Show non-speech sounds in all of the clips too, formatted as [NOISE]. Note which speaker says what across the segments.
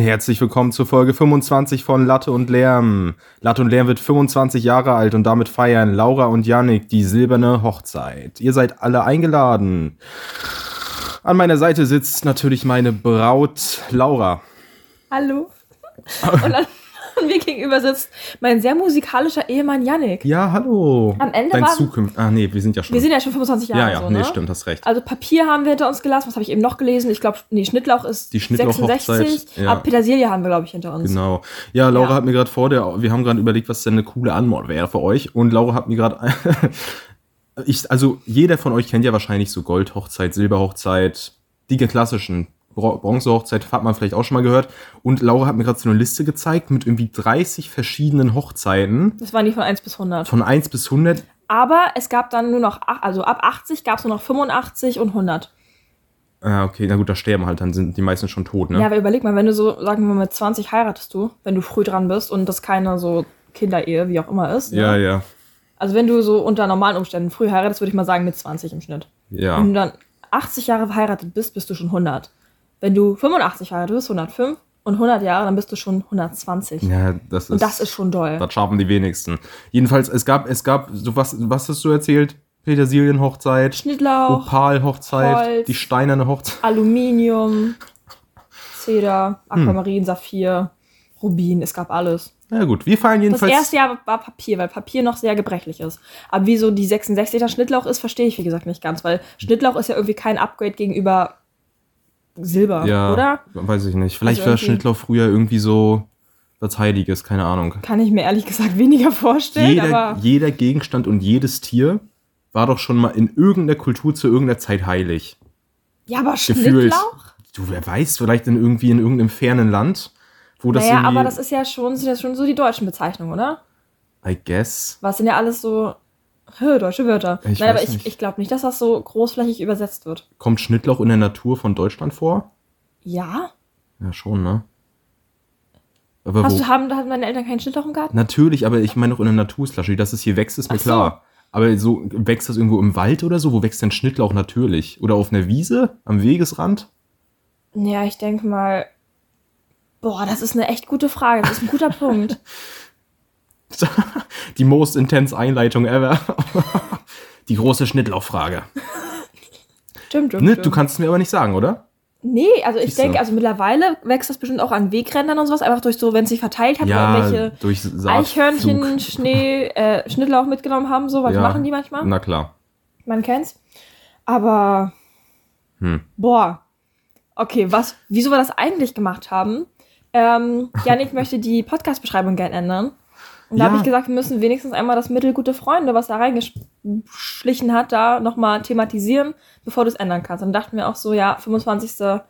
Speaker 1: Herzlich willkommen zur Folge 25 von Latte und Lärm. Latte und Lärm wird 25 Jahre alt und damit feiern Laura und Yannick die silberne Hochzeit. Ihr seid alle eingeladen. An meiner Seite sitzt natürlich meine Braut Laura.
Speaker 2: Hallo. Und an mir gegenüber sitzt mein sehr musikalischer Ehemann Yannick.
Speaker 1: Ja, hallo.
Speaker 2: Am Ende
Speaker 1: Dein
Speaker 2: waren-
Speaker 1: Zukünft. Ah, nee, wir sind ja schon.
Speaker 2: Wir sind ja schon 25 Jahre
Speaker 1: ja, ja,
Speaker 2: so,
Speaker 1: nee,
Speaker 2: ne?
Speaker 1: stimmt, hast recht.
Speaker 2: Also Papier haben wir hinter uns gelassen. Was habe ich eben noch gelesen? Ich glaube, nee, Schnittlauch ist
Speaker 1: Die Schnittlauch-Hochzeit,
Speaker 2: 66.
Speaker 1: ja.
Speaker 2: Aber Petersilie haben wir, glaube ich, hinter uns.
Speaker 1: Genau. Ja, Laura
Speaker 2: Ja.
Speaker 1: hat mir gerade vor der, wir haben gerade überlegt, was denn eine coole Anmod wäre für euch. Und Laura hat mir gerade, [LAUGHS] ich, also jeder von euch kennt ja wahrscheinlich so Goldhochzeit, Silberhochzeit, die klassischen. Bro- Bronzehochzeit hat man vielleicht auch schon mal gehört. Und Laura hat mir gerade so eine Liste gezeigt mit irgendwie 30 verschiedenen Hochzeiten
Speaker 2: Das waren die von 1 bis 100.
Speaker 1: von 1 bis 100.
Speaker 2: Aber es gab dann nur noch, ach- also ab 80 gab es nur noch 85 und 100.
Speaker 1: Ah, okay, na gut, da sterben halt, dann sind die meisten schon tot, ne?
Speaker 2: Ja, aber überleg mal, wenn du so, sagen wir mal, mit 20 heiratest du, wenn du früh dran bist und das keine so Kinderehe, wie auch immer ist. ne?
Speaker 1: ja, ja.
Speaker 2: Also wenn du so unter normalen Umständen früh heiratest, würde ich mal sagen mit 20 im Schnitt.
Speaker 1: ja.
Speaker 2: Wenn du dann 80 Jahre verheiratet bist, bist du schon 100. Wenn du 85 Jahre bist, 105 und 100 Jahre, dann bist du schon 120.
Speaker 1: Ja, das ist.
Speaker 2: und das ist schon doll.
Speaker 1: Das schaffen die wenigsten. Jedenfalls, es gab, es gab, so was, was hast du erzählt? Petersilienhochzeit,
Speaker 2: Schnittlauch,
Speaker 1: Opalhochzeit,
Speaker 2: Holz.
Speaker 1: die steinerne Hochzeit.
Speaker 2: Aluminium, Zeder,
Speaker 1: Hm.
Speaker 2: Aquamarin, Saphir, Rubin, es gab alles.
Speaker 1: Na gut, wir feiern
Speaker 2: Das
Speaker 1: jedenfalls.
Speaker 2: erste Jahr war Papier, weil Papier noch sehr gebrechlich ist. Aber wieso die 66er Schnittlauch ist, verstehe ich wie gesagt nicht ganz, weil Schnittlauch ist ja irgendwie kein Upgrade gegenüber Silber,
Speaker 1: ja,
Speaker 2: oder?
Speaker 1: Weiß ich nicht. Vielleicht
Speaker 2: Also
Speaker 1: war
Speaker 2: irgendwie-
Speaker 1: Schnittler früher irgendwie so was Heiliges, keine Ahnung.
Speaker 2: Kann ich mir ehrlich gesagt weniger vorstellen,
Speaker 1: Jeder,
Speaker 2: aber
Speaker 1: jeder Gegenstand und jedes Tier war doch schon mal in irgendeiner Kultur zu irgendeiner Zeit heilig.
Speaker 2: ja, aber
Speaker 1: Gefühlt.
Speaker 2: Schnittlauch?
Speaker 1: Du, wer weiß, vielleicht in irgendwie in irgendeinem fernen Land, wo das
Speaker 2: naja,
Speaker 1: irgendwie,
Speaker 2: aber das ist ja schon, sind das schon so die deutschen Bezeichnungen, oder?
Speaker 1: I guess.
Speaker 2: Was sind ja alles so hö, deutsche Wörter.
Speaker 1: Ich
Speaker 2: Nein,
Speaker 1: weiß
Speaker 2: aber ich,
Speaker 1: nicht.
Speaker 2: ich glaube nicht, dass das so großflächig übersetzt wird.
Speaker 1: Kommt Schnittlauch in der Natur von Deutschland vor?
Speaker 2: Ja?
Speaker 1: Ja, schon, ne? Aber
Speaker 2: Hast
Speaker 1: wo?
Speaker 2: du, haben, hatten meine Eltern keinen Schnittlauch im Garten?
Speaker 1: Natürlich, aber ich meine doch in der Natur, Slushy, dass es hier wächst, ist mir
Speaker 2: Ach so.
Speaker 1: klar. Aber so wächst das irgendwo im Wald oder so? Wo wächst denn Schnittlauch natürlich? Oder auf einer Wiese? Am Wegesrand?
Speaker 2: Ja, ich denke mal. Boah, das ist eine echt gute Frage. Das ist
Speaker 1: [LAUGHS]
Speaker 2: ein guter Punkt.
Speaker 1: Die most intense Einleitung ever. [LAUGHS] Die große Schnittlauchfrage.
Speaker 2: Stimmt, stimmt.
Speaker 1: Ne,
Speaker 2: stimmt.
Speaker 1: du kannst es mir aber nicht sagen, oder?
Speaker 2: nee, also ich
Speaker 1: Siehst du.
Speaker 2: denke, also mittlerweile wächst das bestimmt auch an Wegrändern und sowas, einfach durch so, wenn es sich verteilt hat, oder irgendwelche
Speaker 1: durch Saatflug.
Speaker 2: Eichhörnchen Schnee, äh, Schnittlauch mitgenommen haben, so, was
Speaker 1: Ja.
Speaker 2: machen die manchmal?
Speaker 1: Na klar.
Speaker 2: Man kennt's. Aber
Speaker 1: Hm.
Speaker 2: boah. Okay, was, wieso wir das eigentlich gemacht haben? Ähm,
Speaker 1: [LAUGHS]
Speaker 2: Janik möchte die Podcast-Beschreibung gerne ändern. Und da
Speaker 1: Ja.
Speaker 2: habe ich gesagt, wir müssen wenigstens einmal das Mittel gute Freunde, was da reingeschlichen hat, da nochmal thematisieren, bevor du es ändern kannst. Und dann dachten wir auch so, ja, 25.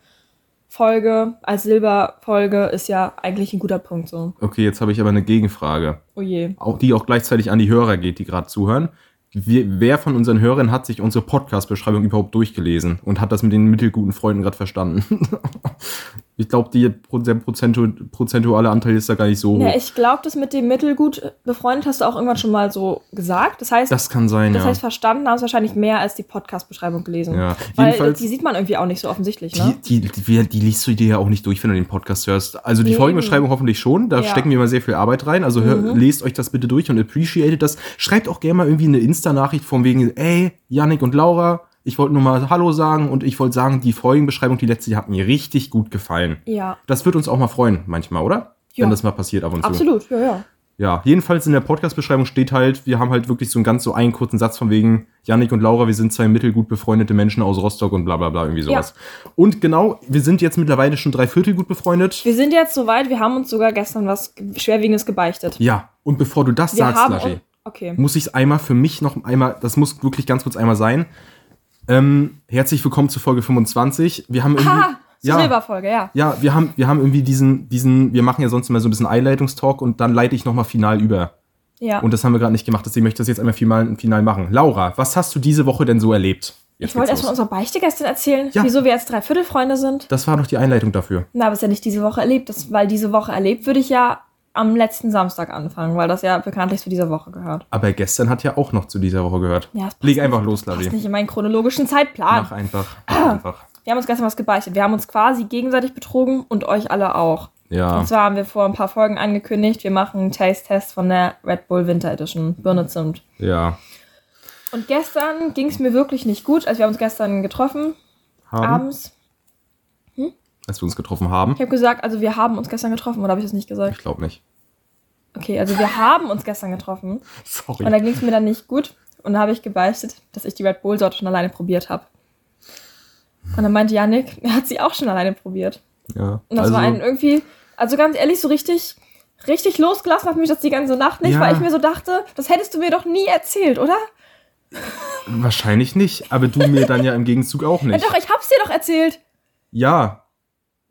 Speaker 2: Folge als Silberfolge ist ja eigentlich ein guter Punkt so.
Speaker 1: Okay, jetzt habe ich aber eine Gegenfrage.
Speaker 2: Oh je.
Speaker 1: auch, die auch gleichzeitig an die Hörer geht, die gerade zuhören. Wir, wer von unseren Hörern hat sich unsere Podcast-Beschreibung überhaupt durchgelesen und hat das mit den mittelguten Freunden gerade verstanden? [LAUGHS] ich glaube, der prozentu- prozentuale Anteil ist da gar nicht so hoch.
Speaker 2: Ja, ich glaube, das mit dem Mittel gut befreundet hast du auch irgendwann schon mal so gesagt. Das heißt,
Speaker 1: das kann sein,
Speaker 2: Das
Speaker 1: ja.
Speaker 2: heißt, verstanden haben es wahrscheinlich mehr als die Podcast-Beschreibung gelesen.
Speaker 1: ja.
Speaker 2: Weil
Speaker 1: Jedenfalls,
Speaker 2: die
Speaker 1: die,
Speaker 2: sieht man irgendwie auch nicht so offensichtlich, ne?
Speaker 1: die, die, wir- die liest du dir ja auch nicht durch, wenn du den Podcast hörst. Also die
Speaker 2: Eben.
Speaker 1: Folgenbeschreibung hoffentlich schon, da
Speaker 2: Ja. Mhm.
Speaker 1: stecken wir mal sehr viel Arbeit rein. Also hör, lest euch das bitte durch und appreciatet das. Schreibt auch gerne mal irgendwie eine Insta-Nachricht von wegen, ey, Yannick und Laura, ich wollte nur mal Hallo sagen und ich wollte sagen, die Folgenbeschreibung, die letzte, die hat mir richtig gut gefallen.
Speaker 2: ja,
Speaker 1: Das wird uns auch mal freuen, manchmal, oder?
Speaker 2: Ja.
Speaker 1: Wenn das mal passiert ab und zu.
Speaker 2: absolut, ja, ja.
Speaker 1: Ja, jedenfalls in der Podcast-Beschreibung steht halt, wir haben halt wirklich so einen ganz so einen kurzen Satz von wegen, Yannick und Laura, wir sind zwei mittelgut befreundete Menschen aus Rostock und bla bla bla, irgendwie sowas. Und genau, wir sind jetzt mittlerweile schon drei Viertel gut befreundet.
Speaker 2: Wir sind jetzt soweit, wir haben uns sogar gestern was Schwerwiegendes gebeichtet.
Speaker 1: Ja, und bevor du das
Speaker 2: Wir
Speaker 1: sagst,
Speaker 2: haben.
Speaker 1: Lashi,
Speaker 2: okay.
Speaker 1: muss ich es einmal für mich noch einmal, das muss wirklich ganz kurz einmal sein. Ähm, herzlich willkommen zu Folge 25. Wir haben irgendwie,
Speaker 2: Ha!
Speaker 1: ja,
Speaker 2: Silberfolge, ja.
Speaker 1: ja, wir haben, wir haben irgendwie diesen, diesen, wir machen ja sonst immer so ein bisschen Einleitungstalk und dann leite ich nochmal final über.
Speaker 2: Ja.
Speaker 1: Und das haben wir gerade nicht gemacht, deswegen möchte ich das jetzt einmal final, final machen. Laura, was hast du diese Woche denn so erlebt? Jetzt
Speaker 2: ich wollte
Speaker 1: geht's
Speaker 2: erstmal
Speaker 1: los.
Speaker 2: unsere Beichte gestern erzählen,
Speaker 1: Ja.
Speaker 2: wieso wir jetzt Dreiviertelfreunde sind.
Speaker 1: Das war doch die Einleitung dafür.
Speaker 2: Na, aber ist ja nicht diese Woche erlebt, das, weil diese Woche erlebt würde ich ja am letzten Samstag anfangen, weil das ja bekanntlich zu dieser Woche gehört.
Speaker 1: Aber gestern hat ja auch noch zu dieser Woche gehört.
Speaker 2: Ja, das passt
Speaker 1: Leg einfach los,
Speaker 2: Passt
Speaker 1: Lavi.
Speaker 2: nicht Ah. in meinen chronologischen Zeitplan.
Speaker 1: Mach einfach. Mach einfach.
Speaker 2: Wir haben uns gestern was gebeichtet. Wir haben uns quasi gegenseitig betrogen und euch alle auch.
Speaker 1: Ja.
Speaker 2: Und zwar haben wir vor ein paar Folgen angekündigt, wir machen einen Taste-Test von der Red Bull Winter Edition, Birne Zimt.
Speaker 1: Ja.
Speaker 2: Und gestern ging es mir wirklich nicht gut. Also wir haben uns gestern getroffen,
Speaker 1: Haben,
Speaker 2: abends.
Speaker 1: als wir uns getroffen haben.
Speaker 2: Ich habe gesagt, also wir haben uns gestern getroffen, oder habe ich das nicht
Speaker 1: Ich
Speaker 2: gesagt?
Speaker 1: glaube nicht.
Speaker 2: Okay, also wir haben uns gestern getroffen. Und
Speaker 1: Sorry.
Speaker 2: da ging es mir dann nicht gut. Und da habe ich gebeichtet, dass ich die Red Bull-Sorte schon alleine probiert habe. Und dann meinte Yannick, er hat sie auch schon alleine probiert.
Speaker 1: Ja.
Speaker 2: Und das
Speaker 1: also,
Speaker 2: war ein irgendwie, also ganz ehrlich, so richtig, richtig losgelassen hat mich das die ganze Nacht nicht,
Speaker 1: Ja.
Speaker 2: weil ich mir so dachte, das hättest du mir doch nie erzählt, oder?
Speaker 1: wahrscheinlich nicht, aber du mir dann ja im Gegenzug auch
Speaker 2: Ja,
Speaker 1: nicht.
Speaker 2: doch, ich hab's dir doch erzählt.
Speaker 1: Ja.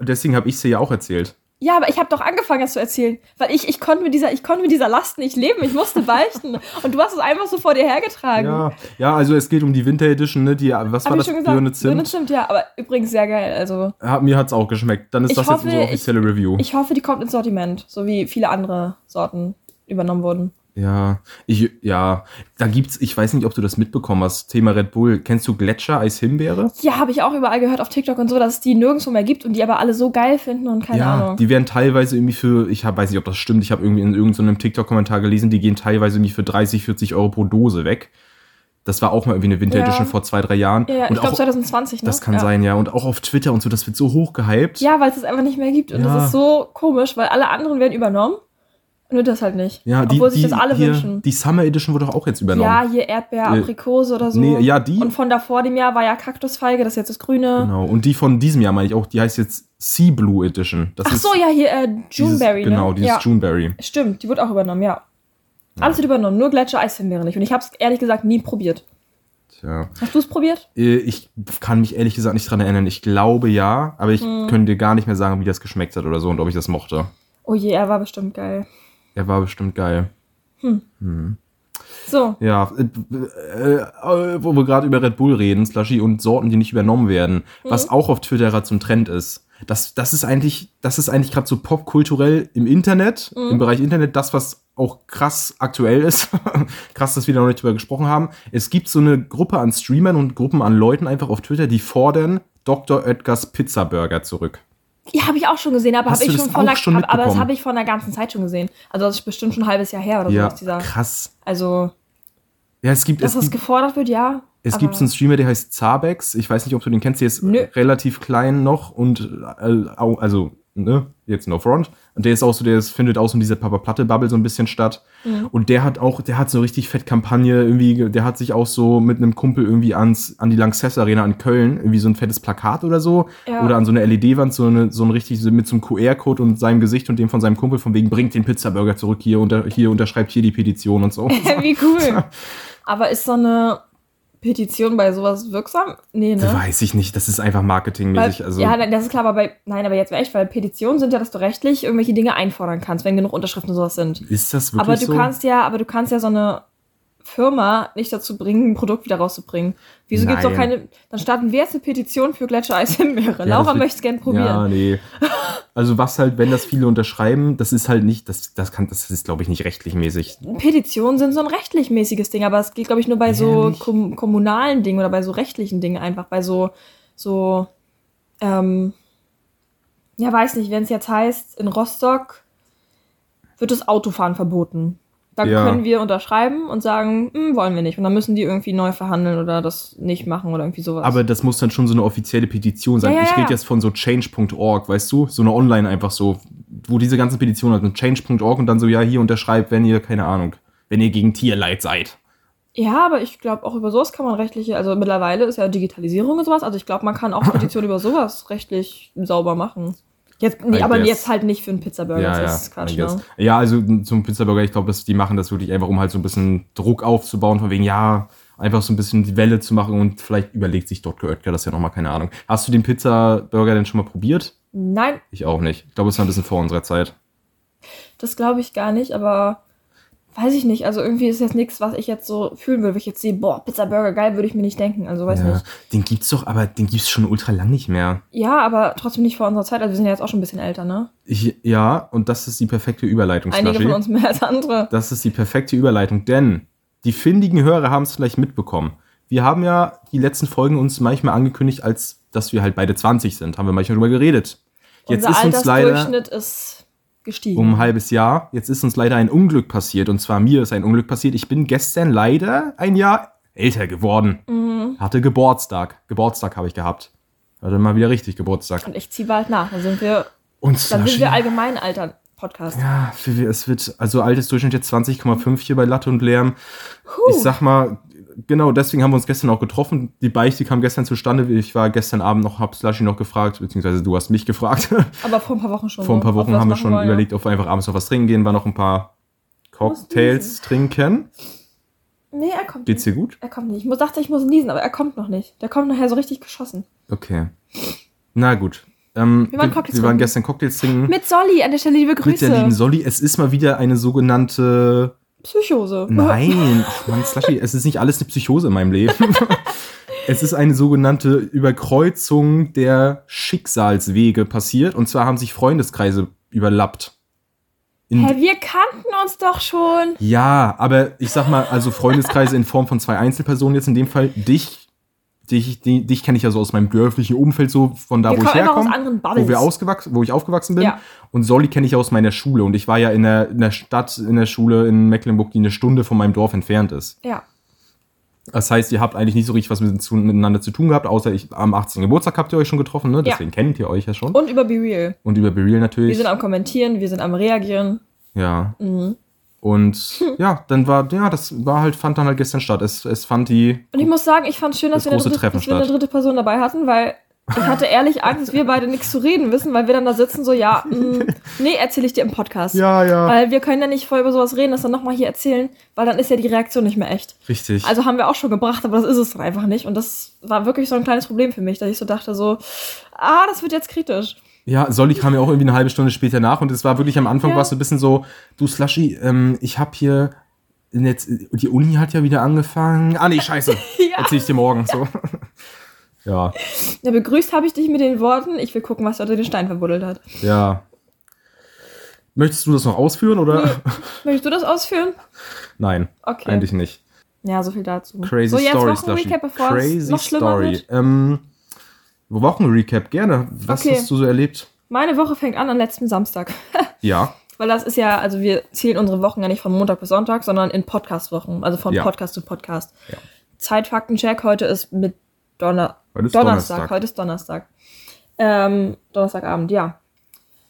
Speaker 1: Deswegen habe ich sie ja auch erzählt.
Speaker 2: Ja, aber ich habe doch angefangen, es zu erzählen, weil ich, ich konnte mit dieser, ich konnte mit dieser Last nicht leben. Ich
Speaker 1: [LAUGHS]
Speaker 2: musste beichten und du hast es einfach so vor dir hergetragen.
Speaker 1: Ja, ja, also es geht um die Winter Edition, ne? Die, was war
Speaker 2: Hab ich
Speaker 1: das?
Speaker 2: schon gesagt.
Speaker 1: Birne Zimt?
Speaker 2: Birne Zimt, ja, aber übrigens sehr geil. Also
Speaker 1: Hat, mir hat's auch geschmeckt. Dann ist
Speaker 2: Ich
Speaker 1: das jetzt
Speaker 2: hoffe,
Speaker 1: unsere
Speaker 2: ich-
Speaker 1: offizielle Review.
Speaker 2: ich hoffe, die kommt ins Sortiment, so wie viele andere Sorten übernommen wurden.
Speaker 1: ja, ich, ja, da gibt's, ich weiß nicht, ob du das mitbekommen hast. Thema Red Bull. Kennst du Gletscher Eis Himbeere?
Speaker 2: Ja, habe ich auch überall gehört auf TikTok und so, dass es die nirgendwo mehr gibt und die aber alle so geil finden und keine
Speaker 1: ja,
Speaker 2: Ahnung.
Speaker 1: die werden teilweise irgendwie für, ich hab, weiß nicht, ob das stimmt, ich habe irgendwie in irgendeinem TikTok-Kommentar gelesen, die gehen teilweise irgendwie für 30, 40 Euro pro Dose weg. Das war auch mal irgendwie eine Winter
Speaker 2: Ja.
Speaker 1: Edition vor zwei, drei Jahren.
Speaker 2: Ja, ja
Speaker 1: und
Speaker 2: ich glaube
Speaker 1: auch,
Speaker 2: 2020, ne?
Speaker 1: das kann
Speaker 2: ja.
Speaker 1: sein, ja. Und auch auf Twitter und so, das wird so hoch gehypt.
Speaker 2: Ja, weil es es einfach nicht mehr gibt. Und
Speaker 1: Ja.
Speaker 2: das ist so komisch, weil alle anderen werden übernommen. Nur das halt nicht.
Speaker 1: Ja, die,
Speaker 2: Obwohl sich
Speaker 1: die,
Speaker 2: das alle
Speaker 1: hier,
Speaker 2: wünschen.
Speaker 1: Die Summer Edition wurde doch auch jetzt übernommen.
Speaker 2: Ja, hier Erdbeer,
Speaker 1: Äh,
Speaker 2: Aprikose oder so.
Speaker 1: nee, ja, die-
Speaker 2: Und von davor dem Jahr war ja Kaktusfeige, das ist jetzt das Grüne.
Speaker 1: Genau. Und die von diesem Jahr meine ich auch, die heißt jetzt Sea Blue Edition. Das
Speaker 2: Ach
Speaker 1: ist
Speaker 2: so, ja, hier äh,
Speaker 1: dieses,
Speaker 2: Juneberry, ne?
Speaker 1: Genau, dieses
Speaker 2: ja.
Speaker 1: Juneberry.
Speaker 2: Stimmt, die wird auch übernommen, ja. Alles wird übernommen, nur Gletscher Eishimbeere nicht. Und ich habe es ehrlich gesagt nie probiert.
Speaker 1: Tja.
Speaker 2: Hast du es probiert?
Speaker 1: Äh, Ich kann mich ehrlich gesagt nicht dran erinnern. Ich glaube ja, aber ich könnte dir gar nicht mehr sagen, wie das geschmeckt hat oder so und ob ich das mochte.
Speaker 2: Oh je, er war bestimmt geil.
Speaker 1: Er war bestimmt geil.
Speaker 2: So,
Speaker 1: Ja, äh, äh, äh, wo wir gerade über Red Bull reden, Slushy und Sorten, die nicht übernommen werden,
Speaker 2: Mhm.
Speaker 1: was auch auf Twitter gerade zum Trend ist. Das, das ist eigentlich, das ist eigentlich gerade so popkulturell im Internet,
Speaker 2: Mhm.
Speaker 1: im Bereich Internet, das, was auch krass aktuell ist. [LAUGHS] krass, dass wir da noch nicht drüber gesprochen haben. Es gibt so eine Gruppe an Streamern und Gruppen an Leuten einfach auf Twitter, die fordern Dr. Oetkers Pizza Burger zurück.
Speaker 2: ja, habe ich auch schon gesehen, aber
Speaker 1: Hast
Speaker 2: habe ich
Speaker 1: du das
Speaker 2: schon vor
Speaker 1: auch
Speaker 2: einer,
Speaker 1: schon
Speaker 2: hab, aber das
Speaker 1: mitbekommen?
Speaker 2: habe ich vor einer ganzen Zeit schon gesehen. Also das ist bestimmt schon ein halbes Jahr her oder so.
Speaker 1: Ja,
Speaker 2: aus Dieser,
Speaker 1: krass.
Speaker 2: also,
Speaker 1: Ja, es gibt,
Speaker 2: dass
Speaker 1: es
Speaker 2: das
Speaker 1: gibt
Speaker 2: gefordert wird, ja. [LAUGHS]
Speaker 1: Es
Speaker 2: aber-
Speaker 1: gibt so einen Streamer, der heißt Zabex. Ich weiß nicht, ob du den kennst. Der ist
Speaker 2: Nö.
Speaker 1: relativ klein noch und äh, au- also ne, jetzt no front. Und der ist auch so, der ist, findet außen dieser Papa Platte Bubble so ein bisschen statt.
Speaker 2: Mhm.
Speaker 1: Und der hat auch, der hat so richtig fett Kampagne irgendwie. ge- Der hat sich auch so mit einem Kumpel irgendwie ans an die Lanxess Arena in Köln irgendwie so ein fettes Plakat oder so
Speaker 2: Ja.
Speaker 1: oder an so eine LED-Wand so eine so ein richtig so mit so einem QR-Code und seinem Gesicht und dem von seinem Kumpel von wegen bringt den Pizzaburger zurück hier unter hier unterschreibt hier die Petition und
Speaker 2: [LAUGHS]
Speaker 1: so.
Speaker 2: Wie
Speaker 1: [LAUGHS]
Speaker 2: cool. Aber ist so eine Petition bei sowas wirksam? Nee, ne?
Speaker 1: Weiß ich nicht. Das ist einfach
Speaker 2: Weil,
Speaker 1: marketingmäßig. Also
Speaker 2: ja, nein, das ist klar, aber bei, nein, aber jetzt echt, weil Petitionen sind ja, dass du rechtlich irgendwelche Dinge einfordern kannst, wenn genug Unterschriften und sowas sind.
Speaker 1: Ist das wirklich
Speaker 2: Aber du
Speaker 1: so?
Speaker 2: kannst ja, aber du kannst ja so eine Firma nicht dazu bringen, ein Produkt wieder rauszubringen. Wieso gibt's doch
Speaker 1: Nein.
Speaker 2: keine, dann starten wir jetzt eine Petition für Gletschereis Himbeere.
Speaker 1: Ja,
Speaker 2: Laura
Speaker 1: das wird-
Speaker 2: möchte es gerne probieren.
Speaker 1: Ja, nee. Also was halt, wenn das viele unterschreiben, das ist halt nicht, das, das kann, das ist, glaube ich, nicht rechtlich mäßig.
Speaker 2: Petitionen sind so ein rechtlich mäßiges Ding, aber es geht, glaube ich, nur bei so
Speaker 1: Ehrlich?
Speaker 2: kom kommunalen Dingen oder bei so rechtlichen Dingen einfach, bei so, so, ähm, ja, weiß nicht, wenn es jetzt heißt, in Rostock wird das Autofahren verboten. Dann
Speaker 1: Ja.
Speaker 2: können wir unterschreiben und sagen, "Hm, wollen wir nicht. Und dann müssen die irgendwie neu verhandeln oder das nicht machen oder irgendwie sowas.
Speaker 1: Aber das muss dann schon so eine offizielle Petition sein.
Speaker 2: Ja, ja,
Speaker 1: ich
Speaker 2: ja.
Speaker 1: rede jetzt von so change.org, weißt du? So eine online einfach so, wo diese ganzen Petitionen halt mit change.org und dann so, ja, hier unterschreibt, wenn ihr, keine Ahnung, wenn ihr gegen Tierleid seid.
Speaker 2: ja, aber ich glaube, auch über sowas kann man rechtliche, also mittlerweile ist ja Digitalisierung und sowas, also ich glaube,
Speaker 1: [LAUGHS]
Speaker 2: man kann auch Petitionen über sowas rechtlich sauber machen. Jetzt, nee,
Speaker 1: I
Speaker 2: aber
Speaker 1: guess.
Speaker 2: jetzt halt nicht für einen Pizzaburger,
Speaker 1: ja,
Speaker 2: das
Speaker 1: ja.
Speaker 2: ist Quatsch,
Speaker 1: I
Speaker 2: ne?
Speaker 1: guess. Ja, also m, zum Pizzaburger, ich glaube, dass die machen das wirklich einfach, um halt so ein bisschen Druck aufzubauen, von wegen, ja, einfach so ein bisschen die Welle zu machen und vielleicht überlegt sich Dr. Oetker das ja nochmal, keine Ahnung. Hast du den Pizzaburger denn schon mal probiert?
Speaker 2: Nein,
Speaker 1: Ich auch nicht. Ich glaube, es war ein bisschen vor unserer Zeit.
Speaker 2: das glaube ich gar nicht, aber weiß ich nicht. Also irgendwie ist jetzt nichts, was ich jetzt so fühlen würde. Wenn ich jetzt sehe, boah, Pizza Burger geil, würde ich mir nicht denken. Also weiß
Speaker 1: Ja.
Speaker 2: nicht.
Speaker 1: Den gibt's doch, aber den gibt's schon ultra lang nicht mehr.
Speaker 2: Ja, aber trotzdem nicht vor unserer Zeit. Also wir sind ja jetzt auch schon ein bisschen älter, ne?
Speaker 1: Ich, ja, und das ist die perfekte Überleitung,
Speaker 2: Einige von
Speaker 1: Slushy.
Speaker 2: uns [LAUGHS] mehr als andere.
Speaker 1: Das ist die perfekte Überleitung, denn die findigen Hörer haben es vielleicht mitbekommen. Wir haben ja die letzten Folgen uns manchmal angekündigt, als dass wir halt beide 20 sind. Haben wir manchmal drüber geredet. Jetzt
Speaker 2: Unser
Speaker 1: ist uns leider
Speaker 2: Altersdurchschnitt ist gestiegen.
Speaker 1: um ein halbes Jahr, jetzt ist uns leider ein Unglück passiert. Und zwar mir ist ein Unglück passiert. Ich bin gestern leider ein Jahr älter geworden.
Speaker 2: Mhm.
Speaker 1: Hatte Geburtstag. Geburtstag habe ich gehabt. Hatte mal wieder richtig Geburtstag.
Speaker 2: Und ich ziehe bald nach. Dann sind wir,
Speaker 1: Und
Speaker 2: dann sind
Speaker 1: Slushy-
Speaker 2: wir allgemein alter Podcast.
Speaker 1: Ja, für- es wird, also altes Durchschnitt jetzt 20,5 hier bei Latte und Lärm. Ich sag mal, genau deswegen haben wir uns gestern auch getroffen. Die Beichte kam gestern zustande. Ich war gestern Abend noch, hab Slushy noch gefragt, beziehungsweise du hast mich gefragt. [LAUGHS]
Speaker 2: Aber vor ein paar Wochen schon.
Speaker 1: Vor ein
Speaker 2: ne?
Speaker 1: paar
Speaker 2: Ob
Speaker 1: Wochen
Speaker 2: wir
Speaker 1: haben wir
Speaker 2: das
Speaker 1: schon
Speaker 2: machen wollen,
Speaker 1: überlegt, ob wir einfach abends noch was trinken gehen, war noch ein paar Cocktails trinken.
Speaker 2: Ja. ne? Nee, er kommt
Speaker 1: Geht's
Speaker 2: nicht.
Speaker 1: dir gut?
Speaker 2: Er kommt nicht. Ich muss, dachte, ich muss niesen, aber er kommt noch nicht. Der kommt nachher so richtig geschossen.
Speaker 1: Okay. Na gut. Ähm,
Speaker 2: Wir waren Cocktails
Speaker 1: wir waren
Speaker 2: trinken.
Speaker 1: gestern Cocktails trinken.
Speaker 2: Mit Solly, an der Stelle liebe
Speaker 1: Hm. Mit
Speaker 2: Grüße.
Speaker 1: der lieben Solly. Es ist mal wieder eine sogenannte
Speaker 2: Psychose.
Speaker 1: Nein, ach Mann, Slushy, es ist nicht alles eine Psychose in meinem
Speaker 2: [LAUGHS]
Speaker 1: Leben. es ist eine sogenannte Überkreuzung der Schicksalswege passiert. Und zwar haben sich Freundeskreise überlappt. In,
Speaker 2: Hä, wir kannten uns doch schon.
Speaker 1: ja, aber ich sag mal, also Freundeskreise in Form von zwei Einzelpersonen jetzt in dem Fall. Dich, dich, die- dich kenne ich ja so aus meinem dörflichen Umfeld, so von da,
Speaker 2: wir
Speaker 1: wo ich
Speaker 2: kommen einfach aus
Speaker 1: herkomme.
Speaker 2: anderen Bubbles.
Speaker 1: Wo, wir ausgewachsen, wo ich aufgewachsen bin.
Speaker 2: Ja.
Speaker 1: Und Solly kenne ich aus meiner Schule. Und ich war ja in der, in der Stadt, in der Schule in Mecklenburg, die eine Stunde von meinem Dorf entfernt ist.
Speaker 2: ja.
Speaker 1: Das heißt, ihr habt eigentlich nicht so richtig was mit, zu, miteinander zu tun gehabt, außer ich, am 18. Geburtstag habt ihr euch schon getroffen, ne?
Speaker 2: Ja.
Speaker 1: Deswegen kennt ihr euch ja schon.
Speaker 2: Und über Be Real.
Speaker 1: Und über Bereal
Speaker 2: Wir
Speaker 1: natürlich.
Speaker 2: sind Mhm. am Kommentieren, wir sind am Reagieren.
Speaker 1: Ja. Und
Speaker 2: Hm.
Speaker 1: ja, dann war, ja, das war halt, fand dann halt gestern statt. Es, es fand die.
Speaker 2: Und ich muss sagen, ich fand es schön, dass,
Speaker 1: Das
Speaker 2: wir eine,
Speaker 1: große
Speaker 2: dritte,
Speaker 1: Treffen
Speaker 2: dass wir eine
Speaker 1: statt.
Speaker 2: dritte Person dabei hatten, weil ich hatte ehrlich Angst, dass wir beide nichts zu reden wissen, weil wir dann da sitzen, so, ja,
Speaker 1: [LAUGHS]
Speaker 2: mh, nee, erzähle ich dir im Podcast.
Speaker 1: Ja, ja.
Speaker 2: Weil wir können ja nicht voll über sowas reden, das dann nochmal hier erzählen, weil dann ist ja die Reaktion nicht mehr echt.
Speaker 1: richtig.
Speaker 2: Also haben wir auch schon gebracht, aber das ist es dann einfach nicht. Und das war wirklich so ein kleines Problem für mich, dass ich so dachte, so, ah, das wird jetzt kritisch.
Speaker 1: Ja, Solly kam ja auch irgendwie eine halbe Stunde später nach und es war wirklich am Anfang
Speaker 2: Ja.
Speaker 1: war es so ein bisschen so, du Slushy, ähm, ich hab hier jetzt, die Uni hat ja wieder angefangen. Ah nee, scheiße.
Speaker 2: [LAUGHS] Ja.
Speaker 1: Erzähl ich dir morgen. So. [LAUGHS] ja.
Speaker 2: Ja, begrüßt habe ich dich mit den Worten, ich will gucken, was er unter den Stein verbuddelt hat.
Speaker 1: Ja. Möchtest du das noch ausführen oder?
Speaker 2: Möchtest du das ausführen?
Speaker 1: Nein,
Speaker 2: Okay.
Speaker 1: eigentlich nicht.
Speaker 2: Ja, so viel dazu.
Speaker 1: Crazy
Speaker 2: so, jetzt
Speaker 1: Story, Slushy.
Speaker 2: Wochenrecap, bevor es noch schlimmer wird.
Speaker 1: Ähm, Wochenrecap, gerne. Was
Speaker 2: Okay.
Speaker 1: hast du so erlebt?
Speaker 2: Meine Woche fängt an am letzten Samstag.
Speaker 1: Ja,
Speaker 2: Weil das ist ja, also wir zählen unsere Wochen ja nicht von Montag bis Sonntag, sondern in Podcast-Wochen. Also von
Speaker 1: Ja.
Speaker 2: Podcast zu Podcast.
Speaker 1: Ja.
Speaker 2: Zeitfaktencheck, heute ist mit Donner
Speaker 1: Heute ist Donnerstag.
Speaker 2: Heute ist Donnerstag. Ähm, Donnerstagabend, ja.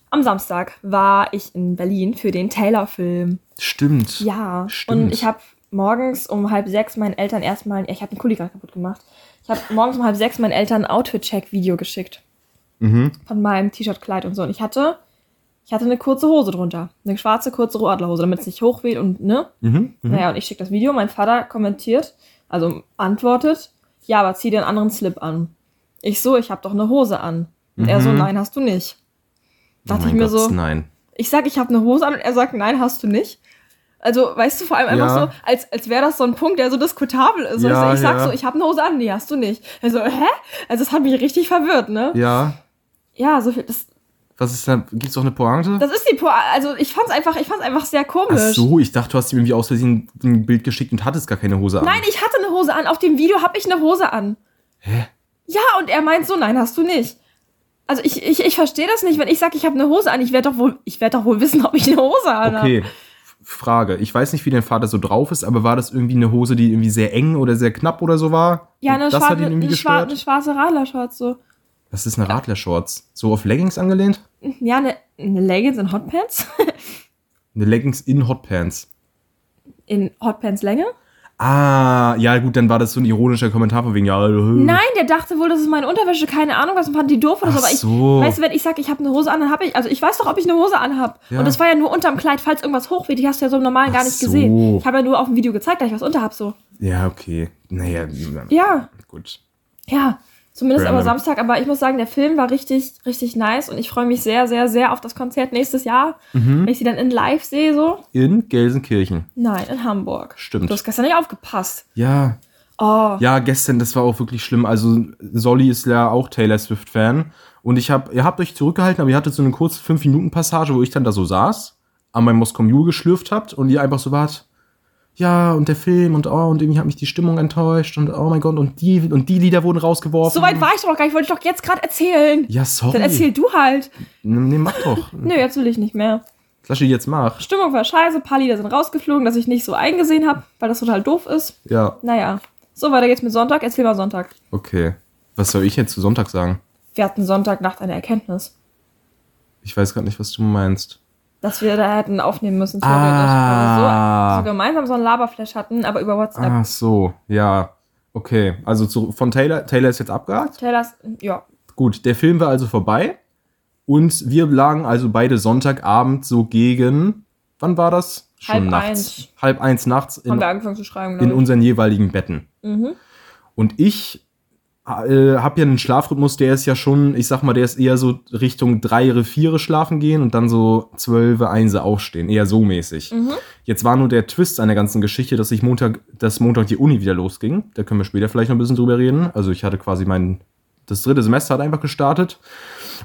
Speaker 2: Am Samstag war ich in Berlin für den Taylor-Film.
Speaker 1: stimmt.
Speaker 2: Ja,
Speaker 1: Stimmt.
Speaker 2: und ich habe morgens um halb sechs meinen Eltern erstmal, ich habe einen Kuli gerade kaputt gemacht. Ich habe morgens um halb sechs meinen Eltern ein Outfit-Check-Video geschickt
Speaker 1: Mhm.
Speaker 2: von meinem T-Shirt-Kleid und so. Und ich hatte, ich hatte eine kurze Hose drunter, eine schwarze kurze Rohadlerhose, damit es nicht hochweht und ne.
Speaker 1: Mhm. Mhm.
Speaker 2: Naja, und ich schicke das Video. Mein Vater kommentiert, also antwortet, ja, aber zieh dir einen anderen Slip an. Ich so, ich habe doch eine Hose an. Und er so,
Speaker 1: Mhm. Oh
Speaker 2: nein, hast du nicht. Dachte ich
Speaker 1: mein
Speaker 2: mir
Speaker 1: Gott,
Speaker 2: so,
Speaker 1: Nein.
Speaker 2: ich sag, ich habe eine Hose an und er sagt, nein, hast du nicht. Also, weißt du, vor allem einfach
Speaker 1: Ja.
Speaker 2: so, als, als wäre das so ein Punkt, der so diskutabel ist. Und
Speaker 1: Ja,
Speaker 2: ich, so, ich sag
Speaker 1: ja.
Speaker 2: so, ich habe eine Hose an, die hast du nicht. Er so, hä? Also, das hat mich richtig verwirrt, ne?
Speaker 1: Ja,
Speaker 2: Ja, so viel, das,
Speaker 1: was ist da? Gibt's auch eine Pointe?
Speaker 2: das ist die Pointe. Also, ich fand's einfach, ich fand's einfach sehr
Speaker 1: Ach
Speaker 2: komisch.
Speaker 1: so, ich dachte, du hast ihm irgendwie aus Versehen ein Bild geschickt und hattest gar keine Hose an.
Speaker 2: Nein, ich hatte eine Hose an. Auf dem Video habe ich eine Hose an.
Speaker 1: Hä?
Speaker 2: Ja, und er meint so, nein, hast du nicht. Also, ich, ich, ich verstehe das nicht. Wenn ich sag, ich habe eine Hose an, ich werde doch wohl, ich werde doch wohl wissen, ob ich eine Hose an habe.
Speaker 1: Okay. Frage. Ich weiß nicht, wie dein Vater so drauf ist, aber war das irgendwie eine Hose, die irgendwie sehr eng oder sehr knapp oder so war?
Speaker 2: Ja,
Speaker 1: Und
Speaker 2: eine,
Speaker 1: das
Speaker 2: schwarze,
Speaker 1: hat ihn irgendwie
Speaker 2: eine, schwarze,
Speaker 1: gestört.
Speaker 2: eine schwarze Radlershorts so.
Speaker 1: das ist eine Radlershorts. So auf Leggings angelehnt?
Speaker 2: Ja, eine, eine Leggings in Hotpants. [LAUGHS]
Speaker 1: Eine Leggings in Hotpants.
Speaker 2: In Hotpants Länge?
Speaker 1: Ah, ja gut, dann war das so ein ironischer Kommentar von wegen, ja, äh,
Speaker 2: Nein, der dachte wohl, das ist meine Unterwäsche, keine Ahnung was und fand die doof oder so.
Speaker 1: Ach
Speaker 2: Aber ich,
Speaker 1: so.
Speaker 2: weißt du, wenn ich sage, ich habe eine Hose an, dann habe ich, also ich weiß doch, ob ich eine Hose an habe.
Speaker 1: Ja.
Speaker 2: Und das war ja nur unterm Kleid, falls irgendwas hochweht, die hast du ja so im Normalen gar
Speaker 1: Ach
Speaker 2: nicht
Speaker 1: so.
Speaker 2: gesehen. Ich habe ja nur auf dem Video gezeigt, dass ich was unter hab, so.
Speaker 1: Ja, okay. Naja,
Speaker 2: Ja,
Speaker 1: gut.
Speaker 2: ja. Zumindest
Speaker 1: Random.
Speaker 2: aber Samstag. Aber ich muss sagen, der Film war richtig, richtig nice und ich freue mich sehr, sehr, sehr auf das Konzert nächstes Jahr,
Speaker 1: Mhm.
Speaker 2: wenn ich sie dann in live sehe. So.
Speaker 1: In Gelsenkirchen.
Speaker 2: Nein, in Hamburg.
Speaker 1: Stimmt.
Speaker 2: Du hast gestern nicht aufgepasst.
Speaker 1: Ja.
Speaker 2: Oh.
Speaker 1: Ja, gestern, das war auch wirklich schlimm. Also, Solly ist ja auch Taylor Swift-Fan. Und ich hab, ihr habt euch zurückgehalten, aber ihr hattet so eine kurze 5-Minuten-Passage, wo ich dann da so saß, an meinem Moscow Mule geschlürft habt und ihr einfach so wart. Ja, und der Film und oh, und irgendwie hat mich die Stimmung enttäuscht und oh mein Gott, und die, und die Lieder wurden rausgeworfen.
Speaker 2: So weit war ich doch noch gar nicht. Wollte ich doch jetzt gerade erzählen.
Speaker 1: Ja, Mhm. sorry.
Speaker 2: Dann erzähl du halt.
Speaker 1: Nee, mach doch.
Speaker 2: Nö, jetzt will ich nicht mehr.
Speaker 1: Lass dich jetzt mach.
Speaker 2: Stimmung war scheiße. Ein paar Lieder sind rausgeflogen, dass ich nicht so eingesehen habe, weil das total doof ist.
Speaker 1: Ja,
Speaker 2: Naja. So, weiter geht's mit Sonntag. Erzähl mal Sonntag.
Speaker 1: okay. Was soll ich jetzt zu Sonntag sagen?
Speaker 2: Wir hatten Sonntagnacht eine Erkenntnis,
Speaker 1: Ich weiß gerade nicht, was du meinst.
Speaker 2: dass wir da hätten aufnehmen müssen.
Speaker 1: Ah.
Speaker 2: theoretisch. Also so, so gemeinsam so einen Laberflash hatten, aber über WhatsApp.
Speaker 1: Ach Ah. so, ja. Okay, also zu, von Taylor. Taylor ist jetzt abgehakt.
Speaker 2: Taylors, ja.
Speaker 1: Gut, der Film war also vorbei. Und wir lagen also beide Sonntagabend so gegen. Wann war das?
Speaker 2: Halb
Speaker 1: nachts.
Speaker 2: eins.
Speaker 1: Halb eins nachts
Speaker 2: haben
Speaker 1: in,
Speaker 2: wir angefangen zu schreiben,
Speaker 1: in
Speaker 2: glaube ich.
Speaker 1: unseren jeweiligen Betten.
Speaker 2: Mhm.
Speaker 1: Und ich äh, habe ja einen Schlafrhythmus, der ist ja schon, ich sag mal, der ist eher so Richtung Dreiere, Viere schlafen gehen und dann so Zwölfe, Einse aufstehen. Eher so mäßig.
Speaker 2: Mhm.
Speaker 1: Jetzt war nur der Twist an der ganzen Geschichte, dass ich Montag, dass Montag die Uni wieder losging. Da können wir später vielleicht noch ein bisschen drüber reden. Also ich hatte quasi mein, das dritte Semester hat einfach gestartet.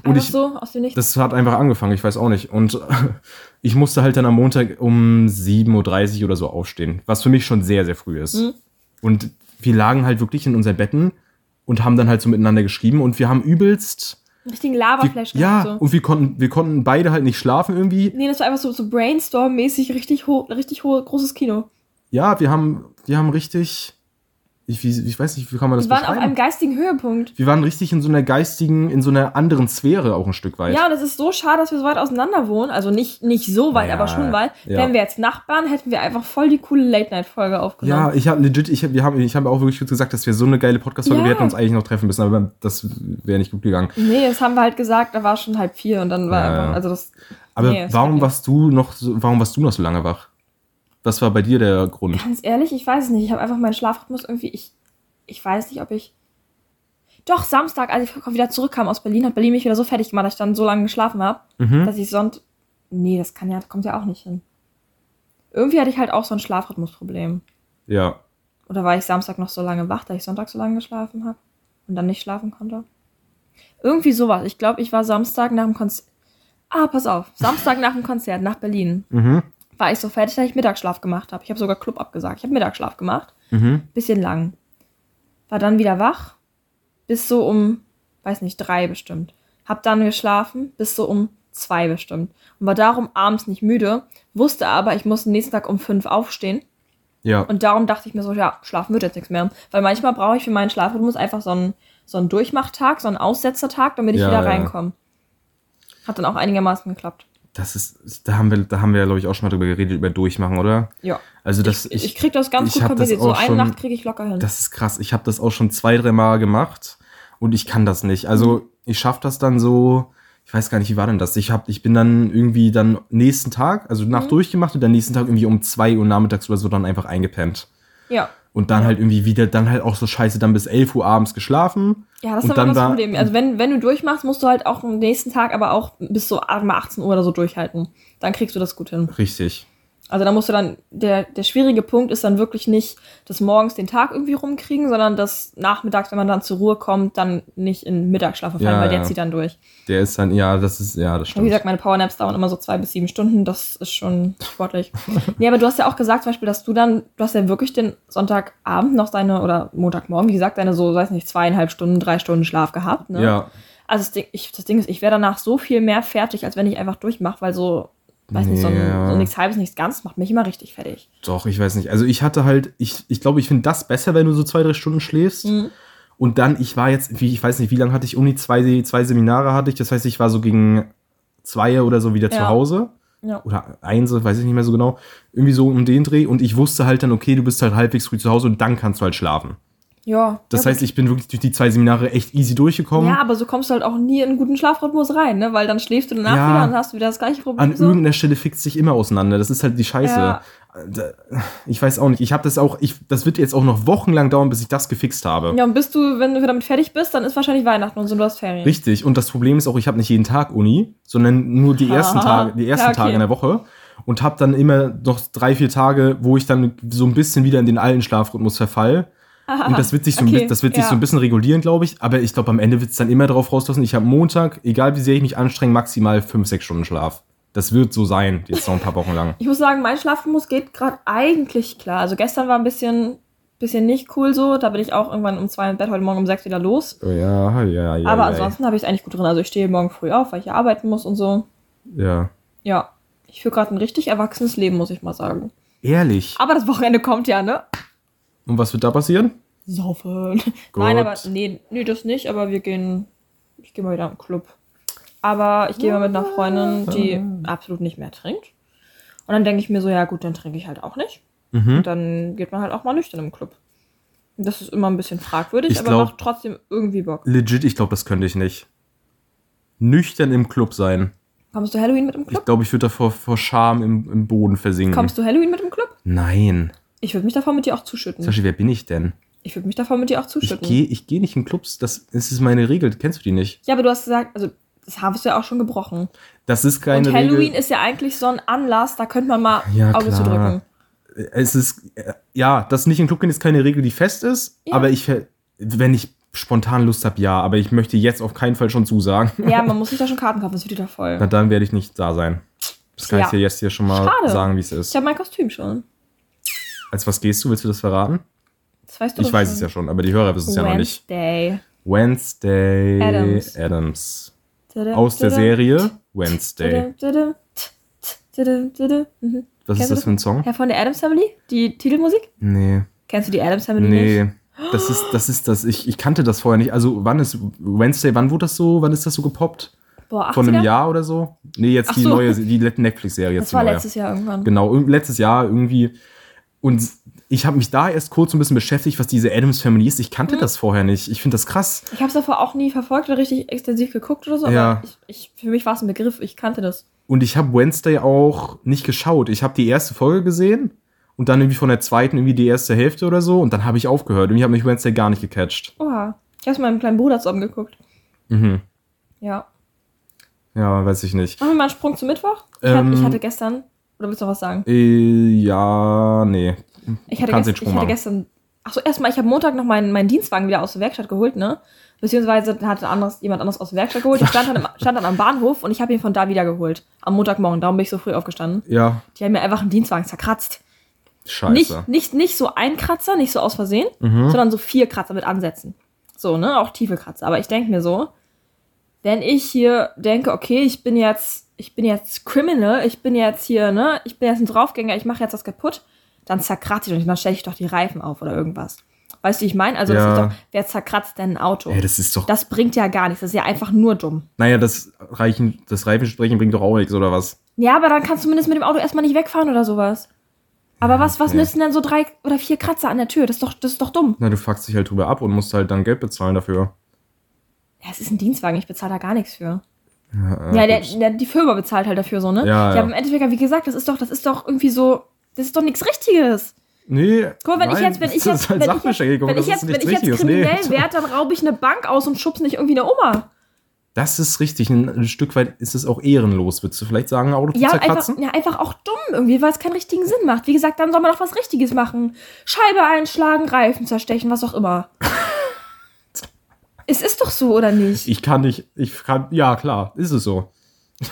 Speaker 1: Und
Speaker 2: Einfach
Speaker 1: ich,
Speaker 2: so, aus dem Nichts.
Speaker 1: das hat einfach angefangen, ich weiß auch nicht. Und [LAUGHS] ich musste halt dann am Montag um 7.30 Uhr oder so aufstehen, was für mich schon sehr, sehr früh ist.
Speaker 2: Mhm.
Speaker 1: Und wir lagen halt wirklich in unseren Betten und haben dann halt so miteinander geschrieben und wir haben übelst.
Speaker 2: Einen richtigen
Speaker 1: Wir,
Speaker 2: Laberflash
Speaker 1: ja,
Speaker 2: gehabt. So.
Speaker 1: und wir konnten, wir konnten beide halt nicht schlafen irgendwie.
Speaker 2: Nee, das war einfach so, so Brainstorm-mäßig richtig, ho richtig ho großes Kino.
Speaker 1: Ja, wir haben, wir haben richtig. Ich, wie- ich weiß nicht, wie kann man das
Speaker 2: Wir waren auf
Speaker 1: beschreiben?
Speaker 2: einem geistigen Höhepunkt.
Speaker 1: wir waren richtig in so einer geistigen, in so einer anderen Sphäre auch ein Stück weit.
Speaker 2: Ja, und es ist so schade, dass wir so weit auseinander wohnen. Also nicht, nicht so weit,
Speaker 1: Ja,
Speaker 2: aber schon weit.
Speaker 1: ja.
Speaker 2: Wären wir jetzt Nachbarn, hätten wir einfach voll die coole Late-Night-Folge aufgenommen.
Speaker 1: Ja, ich habe legit, ich habe hab, ich hab auch wirklich kurz gesagt, dass wir so eine geile Podcast-Folge,
Speaker 2: Ja.
Speaker 1: wir hätten uns eigentlich noch treffen müssen, aber das wäre nicht gut gegangen.
Speaker 2: Nee, das haben wir halt gesagt, da war schon halb vier und dann war
Speaker 1: Ja,
Speaker 2: einfach,
Speaker 1: ja.
Speaker 2: also das,
Speaker 1: Aber
Speaker 2: Nee, das
Speaker 1: warum
Speaker 2: geht
Speaker 1: warst du noch so, warum warst du noch so lange wach? Was war bei dir der Grund?
Speaker 2: ganz ehrlich, ich weiß es nicht. Ich habe einfach meinen Schlafrhythmus irgendwie, ich, ich weiß nicht, ob ich. Doch, Samstag, als ich wieder zurückkam aus Berlin, hat Berlin mich wieder so fertig gemacht, dass ich dann so lange geschlafen habe,
Speaker 1: Mhm.
Speaker 2: dass ich sonst. Nee, das kann ja, kommt ja auch nicht hin. Irgendwie hatte ich halt auch so ein Schlafrhythmusproblem.
Speaker 1: Ja.
Speaker 2: Oder war ich Samstag noch so lange wach, da ich Sonntag so lange geschlafen habe und dann nicht schlafen konnte? Irgendwie sowas. Ich glaube, ich war Samstag nach dem Konzert. Ah, pass auf. Samstag nach dem Konzert nach Berlin
Speaker 1: Mhm.
Speaker 2: war ich so fertig, dass ich Mittagsschlaf gemacht habe. Ich habe sogar Club abgesagt. Ich habe Mittagsschlaf gemacht.
Speaker 1: Mhm.
Speaker 2: Bisschen lang. War dann wieder wach. Bis so um, weiß nicht, drei bestimmt. Hab dann geschlafen bis so um zwei bestimmt. Und war darum abends nicht müde. Wusste aber, ich muss nächsten Tag um fünf aufstehen.
Speaker 1: Ja.
Speaker 2: Und darum dachte ich mir so, ja, schlafen wird jetzt nichts mehr. Weil manchmal brauche ich für meinen Schlafrhythmus einfach so einen, so einen Durchmachtag, so einen Aussetzertag, damit ich
Speaker 1: Ja,
Speaker 2: wieder
Speaker 1: ja.
Speaker 2: reinkomme. Hat dann auch einigermaßen geklappt.
Speaker 1: Das ist, da haben wir, da haben wir, glaube ich, auch schon mal drüber geredet, über Durchmachen, oder?
Speaker 2: Ja.
Speaker 1: Also das,
Speaker 2: Ich, ich krieg das ganz
Speaker 1: ich
Speaker 2: gut
Speaker 1: hab das
Speaker 2: kompensiert. So
Speaker 1: auch
Speaker 2: eine
Speaker 1: schon-
Speaker 2: Nacht kriege ich locker hin.
Speaker 1: Das ist krass. Ich habe das auch schon zwei, drei Mal gemacht und ich kann das nicht.
Speaker 2: Mhm.
Speaker 1: Also ich schaffe das dann so. Ich weiß gar nicht, wie war denn das? Ich hab, ich bin dann irgendwie dann nächsten Tag, also Nacht
Speaker 2: Mhm.
Speaker 1: durchgemacht und dann nächsten Tag irgendwie um zwei Uhr nachmittags oder so dann einfach eingepennt.
Speaker 2: ja.
Speaker 1: Und dann halt irgendwie wieder, dann halt auch so scheiße, dann bis 11 Uhr abends geschlafen.
Speaker 2: Ja, das
Speaker 1: Und
Speaker 2: ist aber
Speaker 1: dann
Speaker 2: das
Speaker 1: war-
Speaker 2: Problem. Also wenn, wenn du durchmachst, musst du halt auch am nächsten Tag, aber auch bis so ah, mal 18 Uhr oder so durchhalten. Dann kriegst du das gut hin.
Speaker 1: Richtig.
Speaker 2: Also da musst du dann, der, der schwierige Punkt ist dann wirklich nicht, dass morgens den Tag irgendwie rumkriegen, sondern dass nachmittags, wenn man dann zur Ruhe kommt, dann nicht in Mittagsschlaf verfallen,
Speaker 1: Ja,
Speaker 2: weil der
Speaker 1: ja.
Speaker 2: zieht dann durch.
Speaker 1: Der ist dann, ja, das ist, ja, das
Speaker 2: Und Wie
Speaker 1: stimmt.
Speaker 2: gesagt, meine Powernaps dauern immer so zwei bis sieben Stunden, das ist schon
Speaker 1: [LAUGHS]
Speaker 2: sportlich. nee, aber du hast ja auch gesagt, zum Beispiel, dass du dann, du hast ja wirklich den Sonntagabend noch deine, oder Montagmorgen, wie gesagt, deine so, weiß nicht, zweieinhalb Stunden, drei Stunden Schlaf gehabt, ne?
Speaker 1: Ja,
Speaker 2: Also das Ding, ich, das Ding ist, ich wäre danach so viel mehr fertig, als wenn ich einfach durchmache, weil so, weiß nicht, so, ein,
Speaker 1: Ja.
Speaker 2: so nichts halbes, nichts ganz macht mich immer richtig fertig.
Speaker 1: doch, ich weiß nicht. Also ich hatte halt, ich ich, glaube, ich finde das besser, wenn du so zwei, drei Stunden schläfst.
Speaker 2: Mhm.
Speaker 1: Und dann, ich war jetzt, wie, ich weiß nicht, wie lange hatte ich Uni? Zwei, zwei Seminare hatte ich. Das heißt, ich war so gegen zwei oder so wieder zu
Speaker 2: Ja.
Speaker 1: Hause.
Speaker 2: Ja.
Speaker 1: Oder eins, weiß ich nicht mehr so genau. Irgendwie so um den Dreh. Und ich wusste halt dann, okay, du bist halt halbwegs früh zu Hause und dann kannst du halt schlafen.
Speaker 2: Ja.
Speaker 1: Das
Speaker 2: ja,
Speaker 1: heißt, ich bin wirklich durch die zwei Seminare echt easy
Speaker 2: gut.
Speaker 1: durchgekommen.
Speaker 2: Ja, aber so kommst du halt auch nie in einen guten Schlafrhythmus rein, ne? Weil dann schläfst du danach
Speaker 1: Ja.
Speaker 2: wieder und hast du wieder das gleiche Problem.
Speaker 1: An
Speaker 2: so.
Speaker 1: irgendeiner Stelle fickt sich immer auseinander. Das ist halt die Scheiße.
Speaker 2: Ja.
Speaker 1: ich weiß auch nicht. Ich habe das auch, ich, das wird jetzt auch noch wochenlang dauern, bis ich das gefixt habe.
Speaker 2: Ja, und bist du, wenn du damit fertig bist, dann ist wahrscheinlich Weihnachten und so, du hast Ferien.
Speaker 1: Richtig. Und das Problem ist auch, ich habe nicht jeden Tag Uni, sondern nur die ersten
Speaker 2: [LAUGHS] Ah,
Speaker 1: Tage, die ersten
Speaker 2: ja, okay.
Speaker 1: Tage in der Woche und habe dann immer noch drei, vier Tage, wo ich dann so ein bisschen wieder in den alten Schlafrhythmus verfall. Und das wird sich so, ein
Speaker 2: okay,
Speaker 1: bisschen, das wird sich
Speaker 2: ja.
Speaker 1: so ein bisschen regulieren, glaube ich. Aber ich glaube, am Ende wird es dann immer darauf rauslassen. Ich habe Montag, egal wie sehr ich mich anstrenge, maximal fünf, sechs Stunden Schlaf. Das wird so sein, jetzt noch ein paar Wochen lang.
Speaker 2: Ich muss sagen, mein Schlafrhythmus geht gerade eigentlich klar. Also gestern war ein bisschen, bisschen nicht cool so. Da bin ich auch irgendwann um zwei im Bett, heute Morgen um sechs wieder los.
Speaker 1: Oh Ja, ja, ja.
Speaker 2: Aber
Speaker 1: ja,
Speaker 2: ansonsten habe ich es eigentlich gut drin. Also ich stehe morgen früh auf, weil ich hier arbeiten muss und so.
Speaker 1: Ja.
Speaker 2: Ja, ich führe gerade ein richtig erwachsenes Leben, muss ich mal sagen.
Speaker 1: Ehrlich.
Speaker 2: Aber das Wochenende kommt ja, ne?
Speaker 1: Und was wird da passieren?
Speaker 2: Saufen. [LAUGHS]
Speaker 1: Gut.
Speaker 2: Nein, aber nee, nee, das nicht. Aber wir gehen, ich gehe mal wieder im Club. Aber ich gehe mal mit einer Freundin, die absolut nicht mehr trinkt. Und dann denke ich mir so, ja gut, dann trinke ich halt auch nicht.
Speaker 1: Mhm.
Speaker 2: Und dann geht man halt auch mal nüchtern im Club. Und Das ist immer ein bisschen fragwürdig,
Speaker 1: Ich
Speaker 2: aber
Speaker 1: glaub-
Speaker 2: macht trotzdem irgendwie Bock.
Speaker 1: Legit, ich glaube, das könnte ich nicht. Nüchtern im Club sein.
Speaker 2: Kommst du Halloween mit im
Speaker 1: Ich
Speaker 2: Club?
Speaker 1: glaube, ich würde da vor, vor Scham im, im Boden versinken.
Speaker 2: Kommst du Halloween mit im Club?
Speaker 1: Nein.
Speaker 2: Ich würde mich davon mit dir auch zuschütten.
Speaker 1: Sascha, wer bin ich denn?
Speaker 2: Ich würde mich davon mit dir auch
Speaker 1: Ich
Speaker 2: zuschütten.
Speaker 1: gehe ich geh nicht in Clubs. Das, das ist meine Regel. Kennst du die nicht?
Speaker 2: Ja, aber du hast gesagt, also das hast du ja auch schon gebrochen.
Speaker 1: Das ist keine
Speaker 2: Und Halloween
Speaker 1: Regel.
Speaker 2: ist ja eigentlich so ein Anlass, da könnte man mal
Speaker 1: Ja,
Speaker 2: Auge zu
Speaker 1: klar.
Speaker 2: drücken.
Speaker 1: es ist, äh, ja, das nicht in den Club gehen ist keine Regel, die fest ist.
Speaker 2: Ja.
Speaker 1: Aber ich, ver- wenn ich spontan Lust habe, ja. Aber ich möchte jetzt auf keinen Fall schon zusagen. [LAUGHS]
Speaker 2: Ja, man muss sich da schon Karten kaufen, das wird wieder voll.
Speaker 1: Na, dann werde ich nicht da sein. Das kann
Speaker 2: Ja.
Speaker 1: ich dir jetzt hier schon mal
Speaker 2: Schade.
Speaker 1: sagen, wie es
Speaker 2: Ich
Speaker 1: ist.
Speaker 2: habe mein Kostüm schon.
Speaker 1: Als was gehst du? Willst du das verraten?
Speaker 2: Das weißt du
Speaker 1: Ich
Speaker 2: doch
Speaker 1: weiß
Speaker 2: schon.
Speaker 1: es ja schon, aber die Hörer wissen es ja noch nicht.
Speaker 2: Wednesday.
Speaker 1: Wednesday Adams.
Speaker 2: Adams.
Speaker 1: Aus der Serie Wednesday.
Speaker 2: Mhm.
Speaker 1: Was ist
Speaker 2: Kennst du
Speaker 1: das für ein Song?
Speaker 2: Ja, von der Adams Family? Die Titelmusik?
Speaker 1: Nee.
Speaker 2: Kennst du die Adams Family nicht?
Speaker 1: Nee. Das ist das. Ist das. Ich, ich kannte das vorher nicht. Also, wann ist Wednesday, wann wurde das so? Wann ist das so gepoppt?
Speaker 2: Boah, 80er?
Speaker 1: Von einem Jahr oder so? Nee, jetzt
Speaker 2: Ach
Speaker 1: die
Speaker 2: so.
Speaker 1: neue, die le- Netflix-Serie. jetzt
Speaker 2: Das
Speaker 1: die
Speaker 2: war
Speaker 1: neue.
Speaker 2: letztes Jahr irgendwann.
Speaker 1: Genau, irg- letztes Jahr irgendwie. Und ich habe mich da erst kurz so ein bisschen beschäftigt, was diese Adams Family ist. Ich
Speaker 2: Mhm.
Speaker 1: kannte das vorher nicht. Ich finde das krass.
Speaker 2: Ich habe es davor auch nie verfolgt oder richtig extensiv geguckt oder so,
Speaker 1: Ja.
Speaker 2: aber ich, ich, für mich war es ein Begriff, ich kannte das.
Speaker 1: Und ich habe Wednesday auch nicht geschaut. Ich habe die erste Folge gesehen und dann irgendwie von der zweiten irgendwie die erste Hälfte oder so und dann habe ich aufgehört. Und ich habe mich Wednesday gar nicht gecatcht.
Speaker 2: Oha. Ich habe es meinem kleinen Bruder zusammen geguckt.
Speaker 1: Mhm.
Speaker 2: Ja.
Speaker 1: Ja, weiß ich nicht.
Speaker 2: Machen wir mal einen Sprung zu Mittwoch? Ich,
Speaker 1: Ähm.
Speaker 2: hab, ich hatte gestern, oder willst du noch was sagen?
Speaker 1: Äh, ja, nee.
Speaker 2: Ich hatte,
Speaker 1: Kannst den
Speaker 2: gest,
Speaker 1: Sprung
Speaker 2: ich hatte
Speaker 1: machen.
Speaker 2: gestern. Achso, erstmal, ich habe Montag noch meinen, meinen Dienstwagen wieder aus der Werkstatt geholt, ne? Beziehungsweise hat ein anderes, jemand anderes aus der Werkstatt geholt. Ich stand dann, im, stand dann am Bahnhof und ich habe ihn von da wieder geholt. Am Montagmorgen, darum bin ich so früh aufgestanden.
Speaker 1: Ja,
Speaker 2: Die haben mir einfach einen Dienstwagen zerkratzt.
Speaker 1: scheiße. Mhm.
Speaker 2: Nicht, nicht, nicht so ein Kratzer, nicht so aus Versehen, sondern so vier Kratzer mit Ansätzen. So, ne? Auch tiefe Kratzer. Aber ich denke mir so, wenn ich hier denke, okay, ich bin jetzt, ich bin jetzt Criminal, ich bin jetzt hier, ne? Ich bin jetzt ein Draufgänger, ich mache jetzt was kaputt, dann zerkratze ich doch nicht, dann stelle ich doch die Reifen auf oder irgendwas. Weißt du, wie ich meine? Also, das
Speaker 1: Ja.
Speaker 2: ist doch, wer zerkratzt denn ein Auto?
Speaker 1: Ey,
Speaker 2: das,
Speaker 1: das ist doch.
Speaker 2: bringt ja gar nichts, das ist ja einfach nur dumm.
Speaker 1: naja, das, Reichen, das Reifensprechen bringt doch auch nichts, oder was?
Speaker 2: Ja, aber dann kannst du zumindest mit dem Auto erstmal nicht wegfahren oder sowas. Aber was, was
Speaker 1: okay.
Speaker 2: nützen denn so drei oder vier Kratzer an der Tür? Das ist doch, das ist doch dumm.
Speaker 1: Na, du fuckst dich halt drüber ab und musst halt dann Geld bezahlen dafür.
Speaker 2: Ja, es ist ein Dienstwagen, ich bezahle da gar nichts für.
Speaker 1: Ja,
Speaker 2: Ja,
Speaker 1: äh,
Speaker 2: der,
Speaker 1: gut.
Speaker 2: der, die Firma bezahlt halt dafür so, ne?
Speaker 1: Ja, ja.
Speaker 2: ja, aber im Endeffekt, wie gesagt, das ist doch, das ist doch irgendwie so, das ist doch nichts Richtiges.
Speaker 1: nee.
Speaker 2: Guck mal, wenn ich
Speaker 1: nein,
Speaker 2: jetzt, wenn ich
Speaker 1: das
Speaker 2: jetzt,
Speaker 1: ist halt
Speaker 2: wenn ich jetzt,
Speaker 1: Sachbeschädigung,
Speaker 2: wenn ich
Speaker 1: das
Speaker 2: jetzt,
Speaker 1: ist
Speaker 2: wenn
Speaker 1: nichts
Speaker 2: ich jetzt
Speaker 1: Richtiges.
Speaker 2: kriminell
Speaker 1: Nee.
Speaker 2: werde, dann raube ich eine Bank aus und schub's nicht irgendwie eine Oma.
Speaker 1: Das ist richtig. Ein, ein Stück weit ist es auch ehrenlos. Würdest du vielleicht sagen, ein Auto
Speaker 2: Ja,
Speaker 1: zu
Speaker 2: einfach,
Speaker 1: zerkratzen?
Speaker 2: ja, einfach auch dumm irgendwie, weil es keinen richtigen Sinn macht. Wie gesagt, dann soll man doch was Richtiges machen. Scheibe einschlagen, Reifen zerstechen, was auch
Speaker 1: [LAUGHS]
Speaker 2: immer. es ist doch so, oder nicht?
Speaker 1: Ich kann nicht. Ich kann. Ja, klar, ist es so. [LAUGHS]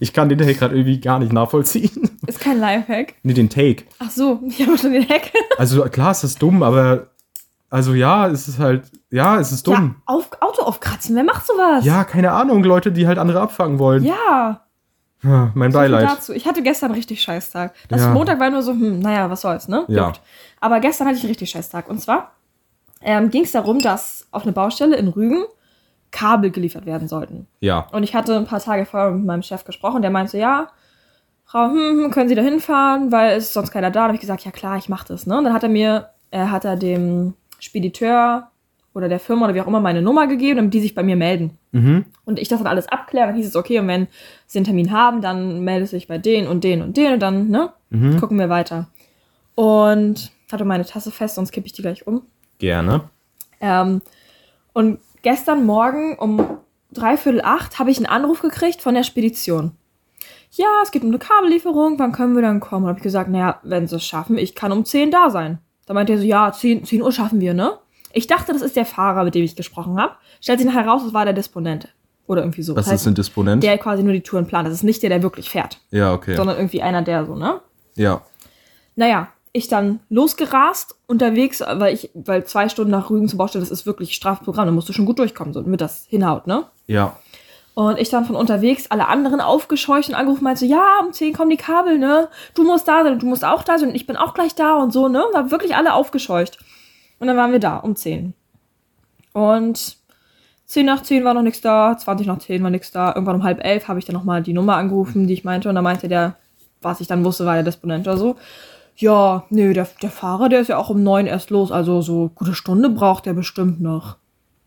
Speaker 1: Ich kann den Take gerade irgendwie gar nicht nachvollziehen. [LAUGHS]
Speaker 2: Ist kein Lifehack.
Speaker 1: Nee, den Take.
Speaker 2: Ach so, ich habe schon [LAUGHS] den Hack.
Speaker 1: Also klar, es ist dumm, aber. Also ja, es ist halt. Ja, es ist
Speaker 2: Ja,
Speaker 1: dumm.
Speaker 2: auf, Auto aufkratzen, wer macht sowas?
Speaker 1: Ja, keine Ahnung, Leute, die halt andere abfangen wollen.
Speaker 2: Ja,
Speaker 1: Ja, mein
Speaker 2: so viel
Speaker 1: Beileid.
Speaker 2: dazu. Ich hatte gestern einen richtig scheiß Tag. Das
Speaker 1: Ja.
Speaker 2: Montag war nur so, hm, naja, was soll's, ne?
Speaker 1: Ja.
Speaker 2: Juckt. Aber gestern hatte ich einen richtig scheiß Tag. Und zwar ähm, ging es darum, dass auf eine Baustelle in Rügen Kabel geliefert werden sollten.
Speaker 1: Ja.
Speaker 2: Und ich hatte ein paar Tage vorher mit meinem Chef gesprochen, der meinte, ja, Frau, hm, hm, können Sie da hinfahren, weil es ist sonst keiner da. Und ich gesagt, ja klar, ich mache das. Ne? Und dann hat er mir, äh, hat er dem Spediteur oder der Firma oder wie auch immer meine Nummer gegeben, damit die sich bei mir melden.
Speaker 1: Mhm.
Speaker 2: Und ich das dann alles abklären. Dann hieß es, okay, und wenn sie einen Termin haben, dann meldest du dich bei den und den und den und dann, ne?
Speaker 1: Mhm.
Speaker 2: Gucken wir weiter. Und hatte meine Tasse fest, sonst kippe ich die gleich um.
Speaker 1: Gerne.
Speaker 2: Ähm, und gestern Morgen um dreiviertel acht habe ich einen Anruf gekriegt von der Spedition. Ja, es geht um eine Kabellieferung, wann können wir dann kommen? Und habe ich gesagt, naja, wenn sie es schaffen, ich kann um 10 da sein. Da meinte er so, ja, 10, 10 Uhr schaffen wir, ne? Ich dachte, das ist der Fahrer, mit dem ich gesprochen habe. Stellt sich nachher raus, es war der Disponent. Oder irgendwie so.
Speaker 1: Was
Speaker 2: Das heißt,
Speaker 1: ist ein Disponent?
Speaker 2: der quasi nur die Touren plant. Das ist nicht der, der wirklich fährt,
Speaker 1: ja, okay.
Speaker 2: sondern irgendwie einer, der so, ne?
Speaker 1: ja.
Speaker 2: Naja, ich dann losgerast, unterwegs, weil ich, weil zwei Stunden nach Rügen zur Baustelle, das ist wirklich Strafprogramm, da musst du schon gut durchkommen, so, damit das hinhaut, ne?
Speaker 1: Ja.
Speaker 2: Und ich dann von unterwegs alle anderen aufgescheucht und angerufen meinte, so, ja, um 10 kommen die Kabel, ne? Du musst da sein, und du musst auch da sein und ich bin auch gleich da und so, ne? Und hab wirklich alle aufgescheucht. Und dann waren wir da um 10. Und 10 nach 10 war noch nichts da, 20 nach 10 war nichts da. Irgendwann um halb elf habe ich dann nochmal die Nummer angerufen, die ich meinte. Und da meinte der, was ich dann wusste, war der Disponent oder so. Ja, nee, der, der Fahrer, der ist ja auch um 9 erst los. Also so gute Stunde braucht der bestimmt noch.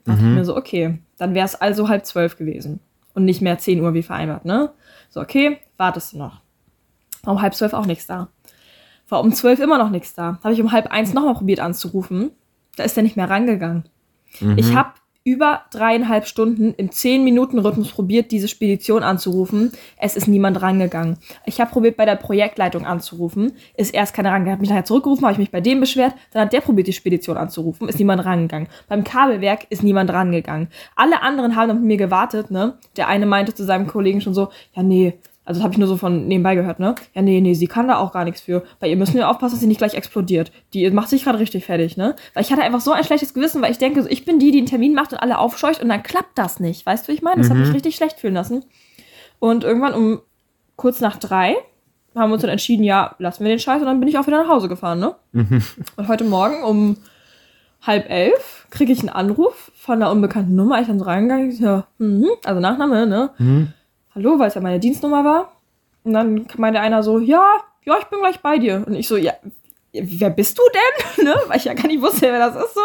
Speaker 2: Dachte ich mir so, okay, dann wäre es also halb zwölf gewesen. Und nicht mehr 10 Uhr wie vereinbart, ne? So, okay, wartest du noch. War um halb zwölf auch nichts da. War um zwölf immer noch nichts da. Habe ich um halb eins nochmal probiert anzurufen. Da ist er nicht mehr rangegangen.
Speaker 1: Mhm.
Speaker 2: Ich habe über dreieinhalb Stunden im 10-Minuten-Rhythmus probiert, diese Spedition anzurufen. Es ist niemand rangegangen. Ich habe probiert, bei der Projektleitung anzurufen. Ist erst keiner rangegangen. Hat mich nachher zurückgerufen, habe ich mich bei dem beschwert. Dann hat der probiert, die Spedition anzurufen. Ist niemand rangegangen. Beim Kabelwerk ist niemand rangegangen. Alle anderen haben mit mir gewartet, ne? Der eine meinte zu seinem Kollegen schon so, ja, nee. Also das habe ich nur so von nebenbei gehört, ne? Ja, nee, nee, sie kann da auch gar nichts für. Bei ihr müssen wir aufpassen, dass sie nicht gleich explodiert. Die macht sich gerade richtig fertig, ne? Weil ich hatte einfach so ein schlechtes Gewissen, weil ich denke, so, ich bin die, die einen Termin macht und alle aufscheucht und dann klappt das nicht. Weißt du, wie ich meine? Das hat
Speaker 1: Mhm.
Speaker 2: mich richtig schlecht fühlen lassen. Und irgendwann um kurz nach drei haben wir uns dann entschieden, ja, lassen wir den Scheiß und dann bin ich auch wieder nach Hause gefahren, ne?
Speaker 1: Mhm.
Speaker 2: Und heute Morgen um halb elf kriege ich einen Anruf von einer unbekannten Nummer. Ich bin so reingegangen, ich so, ja, mhm, also Nachname, ne?
Speaker 1: Mhm.
Speaker 2: hallo, weil es ja meine Dienstnummer war. Und dann meinte einer so, ja, ja, ich bin gleich bei dir. Und ich so, ja, wer bist du denn? [LAUGHS] ne? Weil ich ja gar nicht wusste, wer das ist so.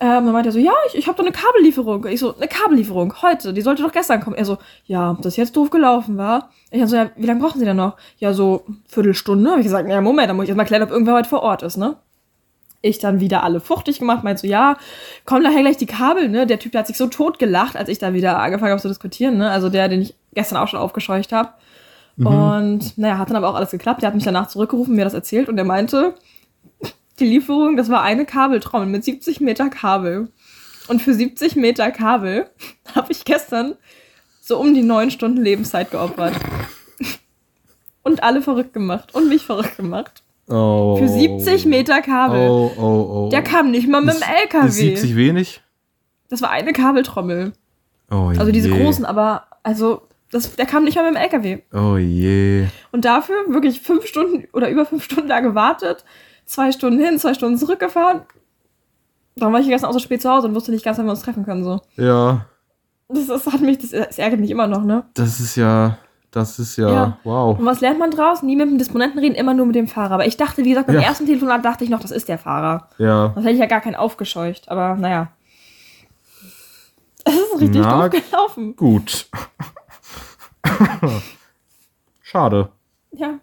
Speaker 2: Ähm, dann meinte er so, ja, ich, ich habe doch eine Kabellieferung. Ich so, eine Kabellieferung, heute, die sollte doch gestern kommen. Er so, ja, ob das jetzt doof gelaufen war. Ich dann so, ja, wie lange brauchen Sie denn noch? Ja, so Viertelstunde. Hab ich gesagt, ja, Moment, da muss ich erst mal klären, ob irgendwer heute vor Ort ist, ne? ich dann wieder alle fuchtig gemacht, meinte so, ja, kommen nachher gleich die Kabel, ne? Der Typ der hat sich so tot gelacht, als ich da wieder angefangen habe zu diskutieren, ne? Also der, den ich gestern auch schon aufgescheucht habe. Und naja, hat dann aber auch alles geklappt. Der hat mich danach zurückgerufen, mir das erzählt und er meinte, die Lieferung, das war eine Kabeltrommel mit 70 Meter Kabel. Und für 70 Meter Kabel [LAUGHS] habe ich gestern so um die neun Stunden Lebenszeit geopfert. Und alle verrückt gemacht und mich verrückt gemacht.
Speaker 1: Oh.
Speaker 2: Für 70 Meter Kabel.
Speaker 1: Oh, oh, oh.
Speaker 2: Der kam nicht mal mit dem
Speaker 1: Ist-
Speaker 2: LKW.
Speaker 1: Ist 70 wenig?
Speaker 2: Das war eine Kabeltrommel.
Speaker 1: Oh
Speaker 2: Also diese
Speaker 1: je.
Speaker 2: großen, aber also das, der kam nicht mal mit dem LKW.
Speaker 1: Oh je.
Speaker 2: Und dafür wirklich fünf Stunden oder über fünf Stunden da gewartet, zwei Stunden hin, zwei Stunden zurückgefahren. Dann war ich gestern auch so spät zu Hause und wusste nicht ganz, wann wir uns treffen können. So.
Speaker 1: Ja,
Speaker 2: Das, das hat mich, das, das ärgert mich immer noch, ne?
Speaker 1: das ist ja, das ist ja,
Speaker 2: Ja.
Speaker 1: wow.
Speaker 2: Und was lernt man draus? Nie mit dem Disponenten reden, immer nur mit dem Fahrer. Aber ich dachte, wie gesagt, beim
Speaker 1: Ja.
Speaker 2: ersten Telefonat dachte ich noch, das ist der Fahrer.
Speaker 1: Ja.
Speaker 2: Das hätte ich ja gar keinen aufgescheucht, aber naja. [LAUGHS] Es ist richtig
Speaker 1: Na,
Speaker 2: doof gelaufen.
Speaker 1: Gut. [LAUGHS] Schade.
Speaker 2: Ja.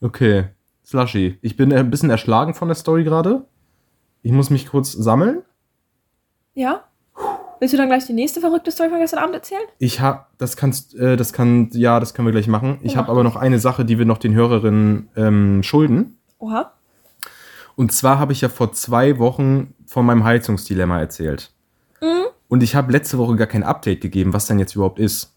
Speaker 1: Okay. Slushy. Ich bin ein bisschen erschlagen von der Story gerade. Ich muss mich kurz sammeln.
Speaker 2: Ja? Willst du dann gleich die nächste verrückte Story von gestern Abend erzählen?
Speaker 1: Ich hab, das kannst, äh, das kann, ja, das können wir gleich machen. Ich
Speaker 2: Ja.
Speaker 1: habe aber noch eine Sache, die wir noch den Hörerinnen ähm, schulden.
Speaker 2: Oha.
Speaker 1: Und zwar habe ich ja vor zwei Wochen von meinem Heizungsdilemma erzählt.
Speaker 2: Mhm.
Speaker 1: Und ich habe letzte Woche gar kein Update gegeben, was denn jetzt überhaupt ist.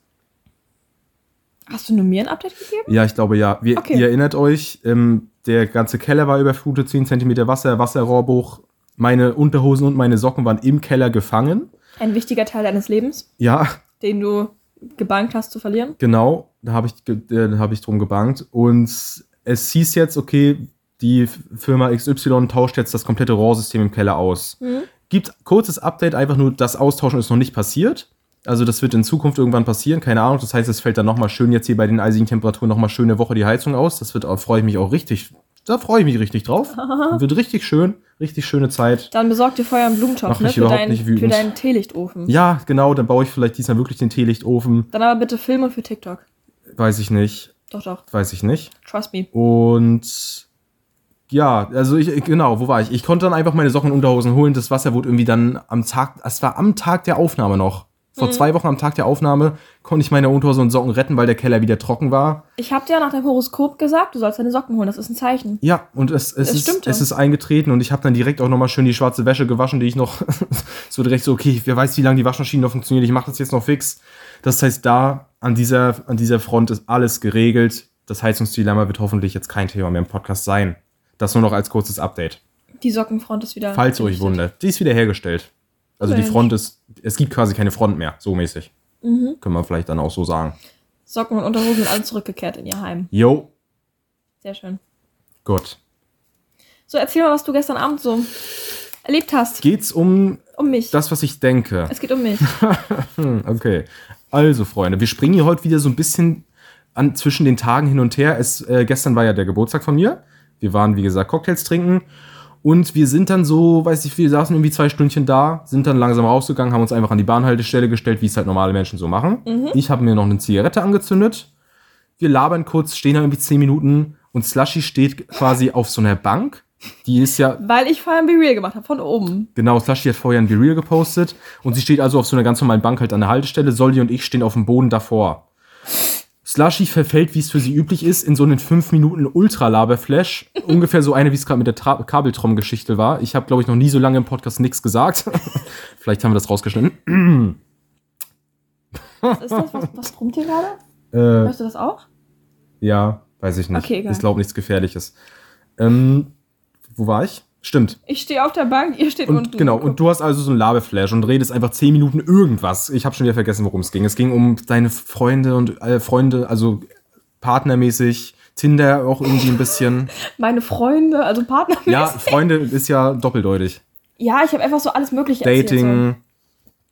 Speaker 2: Hast du nur mir ein Update gegeben?
Speaker 1: Ja, ich glaube ja. Wir,
Speaker 2: Okay.
Speaker 1: Ihr erinnert euch, ähm, der ganze Keller war überflutet, 10 cm Wasser, Wasserrohrbruch. Meine Unterhosen und meine Socken waren im Keller gefangen.
Speaker 2: Ein wichtiger Teil deines Lebens,
Speaker 1: Ja,
Speaker 2: den du gebankt hast zu verlieren?
Speaker 1: genau. Da habe ich, ge- äh, da hab ich drum gebangt. Und es hieß jetzt, okay, die F- Firma XY tauscht jetzt das komplette Rohrsystem im Keller aus.
Speaker 2: Mhm.
Speaker 1: Gibt kurzes Update, einfach nur, das Austauschen ist noch nicht passiert. Also das wird in Zukunft irgendwann passieren, keine Ahnung. Das heißt, es fällt dann nochmal schön jetzt hier bei den eisigen Temperaturen nochmal schöne Woche die Heizung aus. Das wird, auch- freue ich mich auch richtig da freue ich mich richtig drauf. Wird richtig schön, richtig schöne Zeit.
Speaker 2: Dann besorg dir Feuer im Blumentopf, ne,
Speaker 1: Mach mich
Speaker 2: Für,
Speaker 1: überhaupt
Speaker 2: deinen-
Speaker 1: nicht
Speaker 2: für
Speaker 1: wütend.
Speaker 2: deinen Teelichtofen.
Speaker 1: Ja, genau, dann baue ich vielleicht diesmal wirklich den Teelichtofen.
Speaker 2: Dann aber bitte Filme für TikTok.
Speaker 1: Weiß ich nicht,
Speaker 2: Doch, doch.
Speaker 1: weiß ich nicht.
Speaker 2: Trust me.
Speaker 1: Und ja, also ich, genau, wo war ich? Ich konnte dann einfach meine Socken und Unterhosen holen. Das Wasser wurde irgendwie dann am Tag, es war am Tag der Aufnahme noch. Vor zwei Wochen am Tag der Aufnahme konnte ich meine Unterhosen und Socken retten, weil der Keller wieder trocken war.
Speaker 2: Ich hab dir nach deinem Horoskop gesagt, du sollst deine Socken holen. Das ist ein Zeichen.
Speaker 1: Ja, und es, es,
Speaker 2: Es
Speaker 1: ist,
Speaker 2: stimmte.
Speaker 1: es ist eingetreten und ich habe dann direkt auch nochmal schön die schwarze Wäsche gewaschen, die ich noch [LAUGHS] so direkt so, okay, wer weiß, wie lange die Waschmaschine noch funktioniert, ich mache das jetzt noch fix. Das heißt, da an dieser, an dieser Front ist alles geregelt. Das Heizungsdilemma wird hoffentlich jetzt kein Thema mehr im Podcast sein. Das nur noch als kurzes Update.
Speaker 2: Die Sockenfront ist wieder.
Speaker 1: Falls ihr euch wundert, die ist wieder hergestellt. Also die
Speaker 2: Mensch.
Speaker 1: Front ist, es gibt quasi keine Front mehr, so mäßig. Können wir vielleicht dann auch so sagen.
Speaker 2: Socken und Unterhosen sind alle zurückgekehrt in ihr Heim.
Speaker 1: Jo,
Speaker 2: Sehr schön.
Speaker 1: gut.
Speaker 2: So, erzähl mal, was du gestern Abend so erlebt hast.
Speaker 1: Geht's um
Speaker 2: Um mich.
Speaker 1: das, was ich denke?
Speaker 2: es geht um mich.
Speaker 1: Hm, Okay. Also, Freunde, wir springen hier heute wieder so ein bisschen an, zwischen den Tagen hin und her. Es, äh, gestern war ja der Geburtstag von mir. Wir waren, wie gesagt, Cocktails trinken. Und wir sind dann so, weiß ich, wir saßen irgendwie zwei Stündchen da, sind dann langsam rausgegangen, haben uns einfach an die Bahnhaltestelle gestellt, wie es halt normale Menschen so machen. Ich habe mir noch eine Zigarette angezündet. Wir labern kurz, stehen da irgendwie zehn Minuten und Slushy steht quasi auf so einer Bank. Die ist ja,
Speaker 2: Weil ich vorher ein Be Real gemacht habe, von oben.
Speaker 1: Genau, Slushy hat vorher ein Be Real gepostet und sie steht also auf so einer ganz normalen Bank halt an der Haltestelle. Soldi und ich stehen auf dem Boden davor. Slushy verfällt, wie es für sie üblich ist, in so einen 5 Minuten
Speaker 2: [LAUGHS]
Speaker 1: Ultra-Laberflash. Ungefähr so eine, wie es gerade mit der Tra- Kabeltrom-Geschichte war. Ich habe, glaube ich, noch nie so lange im Podcast nichts gesagt. [LAUGHS] Vielleicht haben wir das rausgeschnitten.
Speaker 2: Was ist das? Was, was brummt hier gerade?
Speaker 1: Äh,
Speaker 2: Hörst du das auch?
Speaker 1: ja, weiß ich nicht.
Speaker 2: Okay, egal.
Speaker 1: ich glaube, nichts Gefährliches. Ähm, wo war ich? Stimmt.
Speaker 2: Ich stehe auf der Bank, ihr steht
Speaker 1: Und
Speaker 2: unten.
Speaker 1: genau, und du hast also so einen Labeflash und redest einfach 10 Minuten irgendwas. Ich habe schon wieder vergessen, worum es ging. Es ging um deine Freunde und äh, Freunde, also partnermäßig, Tinder auch irgendwie ein
Speaker 2: [LAUGHS]
Speaker 1: bisschen.
Speaker 2: Meine Freunde, also Partner.
Speaker 1: ja, Freunde ist ja doppeldeutig.
Speaker 2: Ja, ich habe einfach so alles Mögliche erzählt.
Speaker 1: Dating,
Speaker 2: So.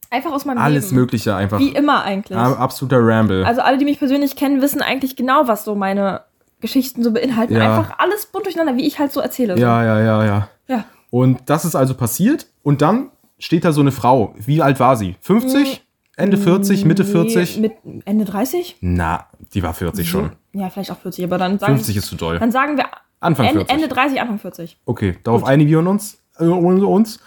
Speaker 2: Einfach aus meinem
Speaker 1: alles
Speaker 2: Leben.
Speaker 1: Mögliche einfach.
Speaker 2: Wie immer eigentlich.
Speaker 1: Ab- Absoluter Ramble.
Speaker 2: Also alle, die mich persönlich kennen, wissen eigentlich genau, was so meine Geschichten so beinhalten.
Speaker 1: Ja.
Speaker 2: Einfach alles bunt durcheinander, wie ich halt so erzähle.
Speaker 1: ja, ja, ja, ja.
Speaker 2: ja.
Speaker 1: Und das ist also passiert. Und dann steht da so eine Frau. Wie alt war sie? 50? Ende 40? Mitte
Speaker 2: Nee,
Speaker 1: 40?
Speaker 2: Mit Ende 30?
Speaker 1: Na, die war 40 schon.
Speaker 2: Ja, vielleicht auch 40, aber dann sagen,
Speaker 1: 50 ist zu doll.
Speaker 2: Dann sagen wir
Speaker 1: Anfang
Speaker 2: Ende,
Speaker 1: 40.
Speaker 2: Ende 30, Anfang 40.
Speaker 1: Okay, darauf einigen wir uns. Äh, uns.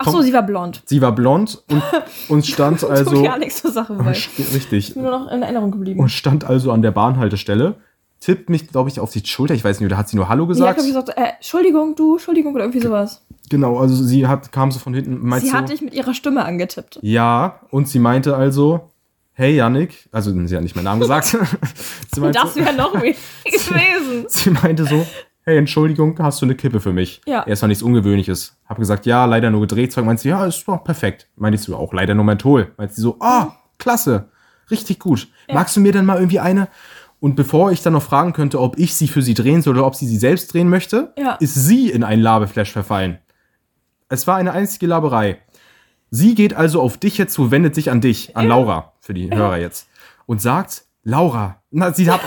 Speaker 2: Ach so,
Speaker 1: Komm.
Speaker 2: sie war blond.
Speaker 1: Sie war blond
Speaker 2: [LAUGHS]
Speaker 1: und, und stand
Speaker 2: so
Speaker 1: also.
Speaker 2: gar nichts zur Sache bei. Ist
Speaker 1: st- richtig.
Speaker 2: mir nur noch in Erinnerung geblieben.
Speaker 1: Und stand also an der Bahnhaltestelle, tippt mich, glaube ich, auf die Schulter. Ich weiß nicht, oder hat sie nur Hallo
Speaker 2: Sie
Speaker 1: gesagt?
Speaker 2: hat glaub ich, gesagt, äh, Entschuldigung, du, Entschuldigung oder irgendwie sowas.
Speaker 1: genau, also sie hat, kam so von hinten. Meinst
Speaker 2: Sie
Speaker 1: du?
Speaker 2: hat dich mit ihrer Stimme angetippt.
Speaker 1: ja, und sie meinte also, hey Yannick, also sie hat nicht meinen Namen gesagt. [LAUGHS] sie, meinte,
Speaker 2: Das wäre noch
Speaker 1: [LAUGHS]
Speaker 2: mehr gewesen.
Speaker 1: sie meinte so, hey, Entschuldigung, hast du eine Kippe für mich?
Speaker 2: Ja.
Speaker 1: Erstmal nichts Ungewöhnliches. Hab gesagt, ja, leider nur Drehzeug. Meint sie, ja, ist doch perfekt. Meinte ich so, auch leider nur Menthol. Meint sie so, ah,
Speaker 2: Mhm.
Speaker 1: klasse, richtig gut. Magst du mir denn mal irgendwie eine? Und bevor ich dann noch fragen könnte, ob ich sie für sie drehen soll oder ob sie sie selbst drehen möchte,
Speaker 2: Ja.
Speaker 1: ist sie in einen Labeflash verfallen. Es war eine einzige Laberei. Sie geht also auf dich jetzt zu, wendet sich an dich, an Laura, für die Hörer jetzt, und sagt, Laura, na, sie
Speaker 2: [LAUGHS]
Speaker 1: hat,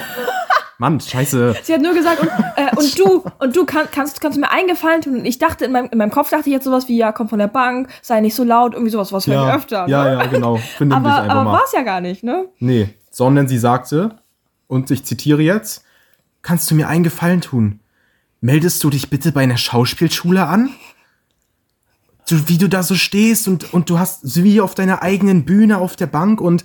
Speaker 1: Mann, scheiße.
Speaker 2: Sie hat nur gesagt, und, äh, und du, und du kann, kannst, kannst du mir einen Gefallen tun. Und ich dachte, in meinem, in meinem Kopf dachte ich jetzt sowas wie, ja, komm von der Bank, sei nicht so laut, irgendwie sowas, was hören wir öfter. ne?
Speaker 1: Ja, ja, genau. Finde dich
Speaker 2: aber
Speaker 1: einfach
Speaker 2: aber
Speaker 1: mal.
Speaker 2: war es ja gar nicht, ne?
Speaker 1: Nee, sondern sie sagte, und ich zitiere jetzt, kannst du mir einen Gefallen tun? Meldest du dich bitte bei einer Schauspielschule an? Du, wie du da so stehst und, und du hast so wie auf deiner eigenen Bühne auf der Bank und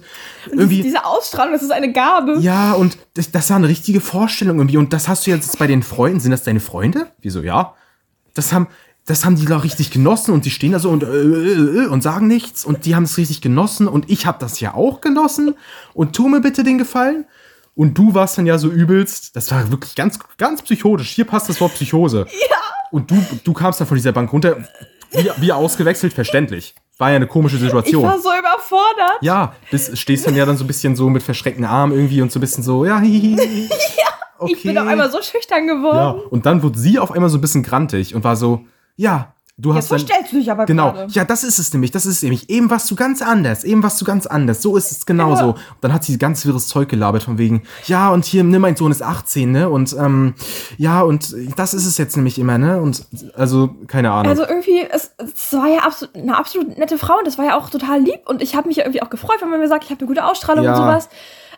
Speaker 1: irgendwie.
Speaker 2: Diese Ausstrahlung, das ist eine Gabe.
Speaker 1: Ja, und das, das war eine richtige Vorstellung irgendwie. Und das hast du jetzt bei den Freunden. Sind das deine Freunde? Wieso, ja? Das haben, das haben die da richtig genossen und die stehen da so und, äh, äh, äh, und sagen nichts. Und die haben es richtig genossen und ich habe das ja auch genossen. Und tu mir bitte den Gefallen. Und du warst dann ja so übelst. Das war wirklich ganz, ganz psychotisch. Hier passt das Wort Psychose. Ja. Und du, du kamst dann von dieser Bank runter. Wie, wie ausgewechselt, verständlich. War ja eine komische
Speaker 2: Ich
Speaker 1: Situation.
Speaker 2: war so überfordert.
Speaker 1: Ja, bis, stehst dann ja dann so ein bisschen so mit verschreckten Armen irgendwie und so ein bisschen so, ja, hihihi.
Speaker 2: [LAUGHS]
Speaker 1: ja okay.
Speaker 2: Ich bin auf einmal so schüchtern
Speaker 1: Ja,
Speaker 2: geworden.
Speaker 1: und dann wurde sie auf einmal so ein bisschen grantig und war so, ja, du
Speaker 2: Jetzt
Speaker 1: hast dann,
Speaker 2: verstellst du dich aber
Speaker 1: Genau,
Speaker 2: gerade.
Speaker 1: ja, das ist es nämlich, das ist es nämlich. Eben warst du ganz anders, eben warst du ganz anders. So ist es genauso. Und Dann hat sie ganz wirres Zeug gelabert von wegen, ja, und hier, ne, mein Sohn ist 18, ne? Und ähm, ja, und das ist es jetzt nämlich immer, ne? Und also, keine Ahnung.
Speaker 2: Also irgendwie, es, es war ja absolut, eine absolut nette Frau und das war ja auch total lieb und ich habe mich ja irgendwie auch gefreut, wenn man mir sagt, ich habe eine gute Ausstrahlung
Speaker 1: Ja.
Speaker 2: und sowas.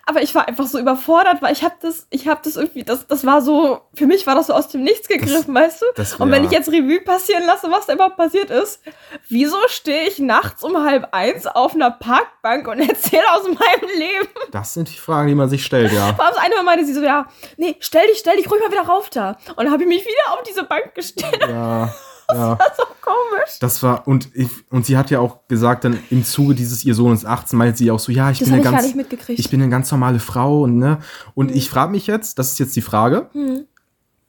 Speaker 2: Aber ich war einfach so überfordert, weil ich habe das, ich habe das irgendwie, das, das war so, für mich war das so aus dem Nichts gegriffen, weißt du?
Speaker 1: das-
Speaker 2: und wenn
Speaker 1: ja.
Speaker 2: ich jetzt Revue passieren lasse, was da überhaupt passiert ist, wieso stehe ich nachts um halb eins auf einer Parkbank und [LAUGHS] erzähle aus meinem Leben? [LAUGHS]
Speaker 1: das sind die Fragen, die man sich stellt, ja.
Speaker 2: Vor allem das eine Mal meinte sie so, ja, nee, stell dich, stell dich ruhig mal wieder rauf da. Und dann habe ich mich wieder auf diese Bank gestellt.
Speaker 1: ja, ja.
Speaker 2: [LAUGHS] Das war so komisch.
Speaker 1: Das war, und ich, und sie hat ja auch gesagt, dann im Zuge dieses, ihr Sohn ist 18, meint sie auch so, ja, ich
Speaker 2: Das
Speaker 1: bin eine
Speaker 2: habe ich gar
Speaker 1: ganz,
Speaker 2: nicht mitgekriegt. Hm.
Speaker 1: ich bin eine ganz normale Frau und ne. Und ich frage mich jetzt, das ist jetzt die Frage.